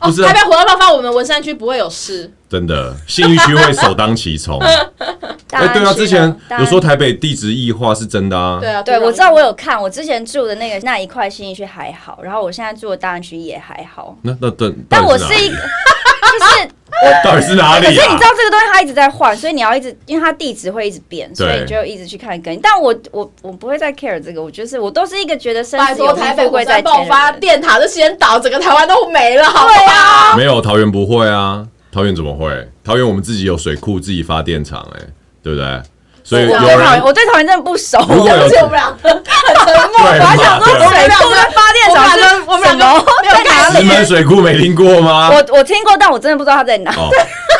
S1: 不是啊
S3: 哦台北火药爆发，我们文山区不会有事。
S1: 真的信义区会首当其冲。哎，
S2: 大安区
S1: 对啊，
S2: 呢
S1: 之前
S2: 大安
S1: 有说台北地质异化是真的啊
S3: 对，啊，
S2: 对，
S3: 不容易
S2: 我知道我有看，我之前住的那个那一块新义区还好，然后我现在住的大安区也还好，
S1: 那那对，
S2: 但我
S1: 到
S2: 是
S1: 底
S2: 一个，就是
S1: 到底是哪里
S2: 可是你
S1: 啊
S2: 知？道这个东西它一直在换，所以你要一直，因为它地址会一直变，所以你就一直去看更新。但我我我不会再 care 这个，我就是我都是一个觉得生
S3: 拜
S2: 死有
S3: 托
S2: 命
S3: 台北
S2: 富
S3: 火
S2: 贵在
S3: 山
S2: 前
S3: 爆
S2: 的
S3: 发，
S2: 人。
S3: 电塔就先倒，整个台湾都没了，好不好？
S1: 没有桃园不会啊，桃园怎么会？桃园我们自己有水库，自己发电厂，哎，对不对？所以
S2: 我
S1: 有
S2: 对桃园，
S1: 人
S2: 我对桃园真的不熟。啊
S1: 如果
S2: 我
S1: 有
S3: 而且我们俩
S1: 对
S2: 还想
S1: 嘛
S2: 说
S1: 对
S2: 水库跟发电厂
S3: 我
S2: 是
S3: 们两个我们两
S2: 什
S3: 个
S2: 么
S3: 没有
S2: 在哪
S3: 看
S1: 石
S2: 里？
S1: 门水库没听过吗？
S2: 我我听过，但我真的不知道它在哪。
S1: 哦，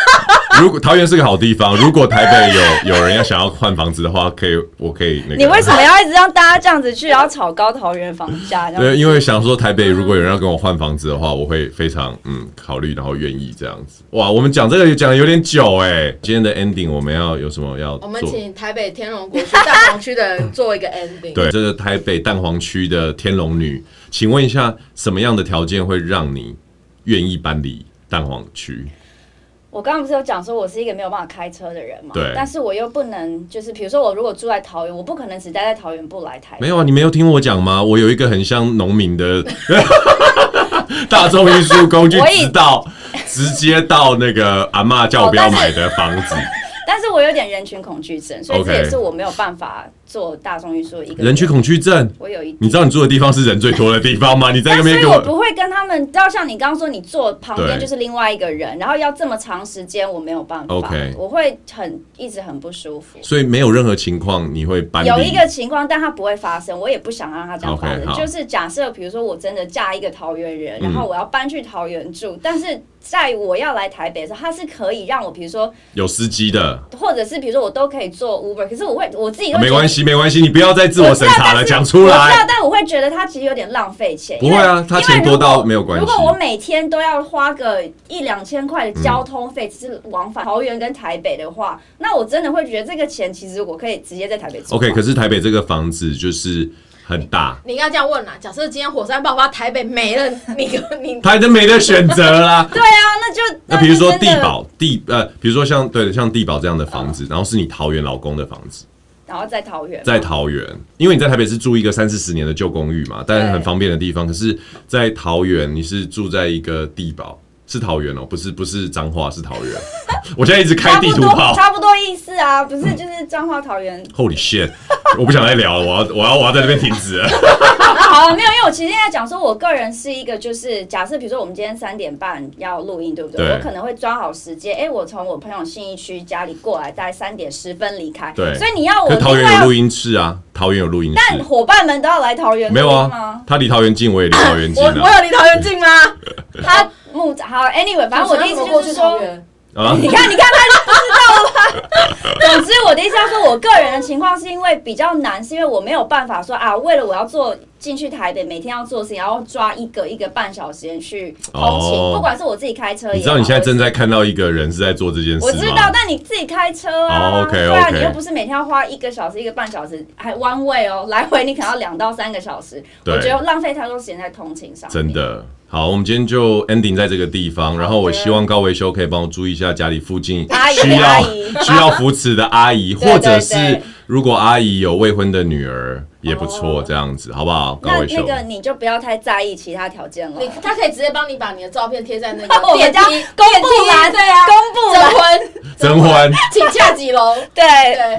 S1: 如果桃园是个好地方，如果台北有有人要想要换房子的话，可以，我可以那个。
S2: 你为什么要一直让大家这样子去，然后炒高桃园房价？这样
S1: 对，因为想说台北如果有人要跟我换房子的话，我会非常嗯考虑，然后愿意这样子。哇，我们讲这个也讲的有点久哎、今天的 ending 我们要有什么要
S3: 我们
S1: 做？
S3: 请台北天龙国区大同区 的人做一个 ending。
S1: 对，这是台北蛋黄区的天龙女，请问一下，什么样的条件会让你愿意搬离蛋黄区？
S2: 我刚刚不是有讲说，我是一个没有办法开车的人嘛？
S1: 对
S2: 但是我又不能，就是比如说我如果住在桃园，我不可能只待在桃园不来台北。
S1: 没有啊，你没有听我讲吗？我有一个很像农民 的大众运输工具
S2: 我，以
S1: 直到直接到那个阿嬷叫我不要买的房 子。
S2: 但是我有点人群恐惧症，所以这
S1: OK
S2: 也是我没有办法做大众运输的一个
S1: 人群，恐惧症，
S2: 我有一。
S1: 你知道你住的地方是人最多的地方吗？你在那
S2: 但所
S1: 边
S2: 以
S1: 给
S2: 我
S1: 我
S2: 不会跟他们，要像你刚刚说，你坐旁边
S1: 对
S2: 就是另外一个人，然后要这么长时间，我没有办法
S1: OK
S2: 我会很一直很不舒服。
S1: 所以没有任何情况你会搬离。
S2: 有一个情况，但它不会发生，我也不想让它这样发生。
S1: OK，好嗯
S2: 就是假设，比如说我真的嫁一个桃园人，然后我要搬去桃园住，但是在我要来台北的时候，它是可以让我，比如说，
S1: 有司机的，
S2: 或者是比如说我都可以做 Uber，可是我会我自己会觉得
S1: 没关系系，没关系，你不要再自我审查了，
S2: 我知道但是
S1: 讲出
S2: 我知道
S1: 来。，
S2: 但我会觉得他其实有点浪费钱。
S1: 不会啊
S2: 因为
S1: 他钱
S2: 因为
S1: 多到
S2: 如果
S1: 没有关系
S2: 如果我每天都要花个一两千块的交通费，只是往返桃园跟台北的话，那我真的会觉得这个钱其实我可以直接在台北住。
S1: OK，可是台北这个房子就是很大，
S3: 你应该这样问啦。假设今天火山爆发，台北没 了，你跟你
S1: 他就没得选择啦。
S2: 对啊，那就
S1: 那比如说地，
S2: 就真的
S1: 保地呃，比如说像对像地保这样的房子，然后是你桃园老公的房子，
S2: 然后在桃园，
S1: 在桃园，因为你在台北是住一个三四十年的旧公寓嘛，但是很
S2: 对
S1: 方便的地方。可是，在桃园你是住在一个地保，是桃园哦，不是不是彰化，是桃园。 我现在一直开
S2: 差
S1: 地
S2: 不
S1: 图
S2: 多
S1: 炮
S2: 差不多意思啊，不是就是彰化桃园。
S1: ，Holy shit！我不想再聊了，我要我要我要在这边停止了。
S2: 好了，没有，因为我其实现在讲说，我个人是一个，就是假设，比如说我们今天三点半要录音，对不对？
S1: 对
S2: 我可能会抓好时间，哎、我从我朋友信义区家里过来，大概三点十分离开。
S1: 对
S2: 所以你 要我
S1: 可桃
S2: 另
S1: 园有
S2: 外
S1: 录，音室啊，桃园有录音
S2: 但
S1: 室，
S2: 伙伴们都要来桃园录
S1: 没有
S2: 音
S1: 啊
S2: 吗？？
S1: 他离桃园近，我也离桃园近
S3: 我我
S1: 啊。
S3: 有离桃园近吗？
S2: 他木好，anyway，反正我的意思就
S3: 过
S2: 是
S3: 去
S2: 说
S3: 桃，园，
S1: 啊，
S2: 你看，你看，他就不知道了吧？总之，我的意思要说，我个人的情况是因为比较难，是因为我没有办法说啊，为了我要做进去台北，每天要做事情，然后抓一个一个半小时时间去通勤，
S1: 哦
S2: 不管是我自己开车也好，
S1: 你知道你现在正在看到一个人是在做这件事吗？
S2: 我知道，但你自己开车啊
S1: 哦，OK，
S2: 对啊
S1: OK
S2: 你又不是每天要花一个小时、一个半小时，还弯位哦，来回你可能要两到三个小时，
S1: 对
S2: 我觉得浪费太多时间在通勤上。
S1: 真。的。好，我们今天就 ending 在这个地方。然后我希望高维修可以帮我注意一下家里附近
S2: 阿姨
S1: 需
S2: 阿
S1: 要
S2: 姨
S1: 需要扶持的阿姨，
S2: 对
S1: 或者
S2: 对
S1: 是
S2: 对
S1: 如果阿姨有未婚的女儿也不错，
S2: 哦
S1: 这样子好不好？高
S2: 那
S1: 维
S2: 那
S1: 修，
S2: 个你就不要太在意其他条件了。
S3: 你他可以直接帮你把你的照片贴在那 个
S2: 我们
S3: 电梯
S2: 家公布栏，
S3: 电梯对啊，
S2: 公布栏
S3: 征，婚，
S1: 征婚。
S3: 请下几 楼，
S2: 对，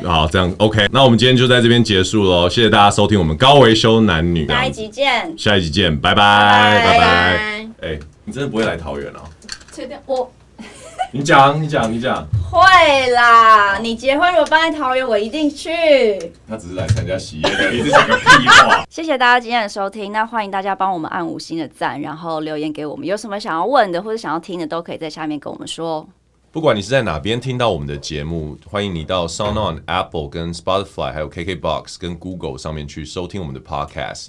S3: 对。
S1: 好，这样 OK。那我们今天就在这边结束喽，谢谢大家收听我们高维修男女。
S2: 下一，集见。
S1: 下一集见，拜拜，
S2: 拜拜
S1: 拜。哎，你真的不会来桃园哦？
S3: 切掉我，
S1: 你讲，你讲，你讲。
S2: 会啦，你结婚如果搬在桃园，我一定去。
S1: 他只是来参加喜宴的，一直讲个屁话。
S2: 谢谢大家今天的收听，那欢迎大家帮我们按五星的赞，然后留言给我们，有什么想要问的或者想要听的，都可以在下面跟我们说哦。
S1: 不管你是在哪边听到我们的节目，欢迎你到 SoundOn、Apple、跟 Spotify、还有 KKBox、跟 Google 上面去收听我们的 Podcast。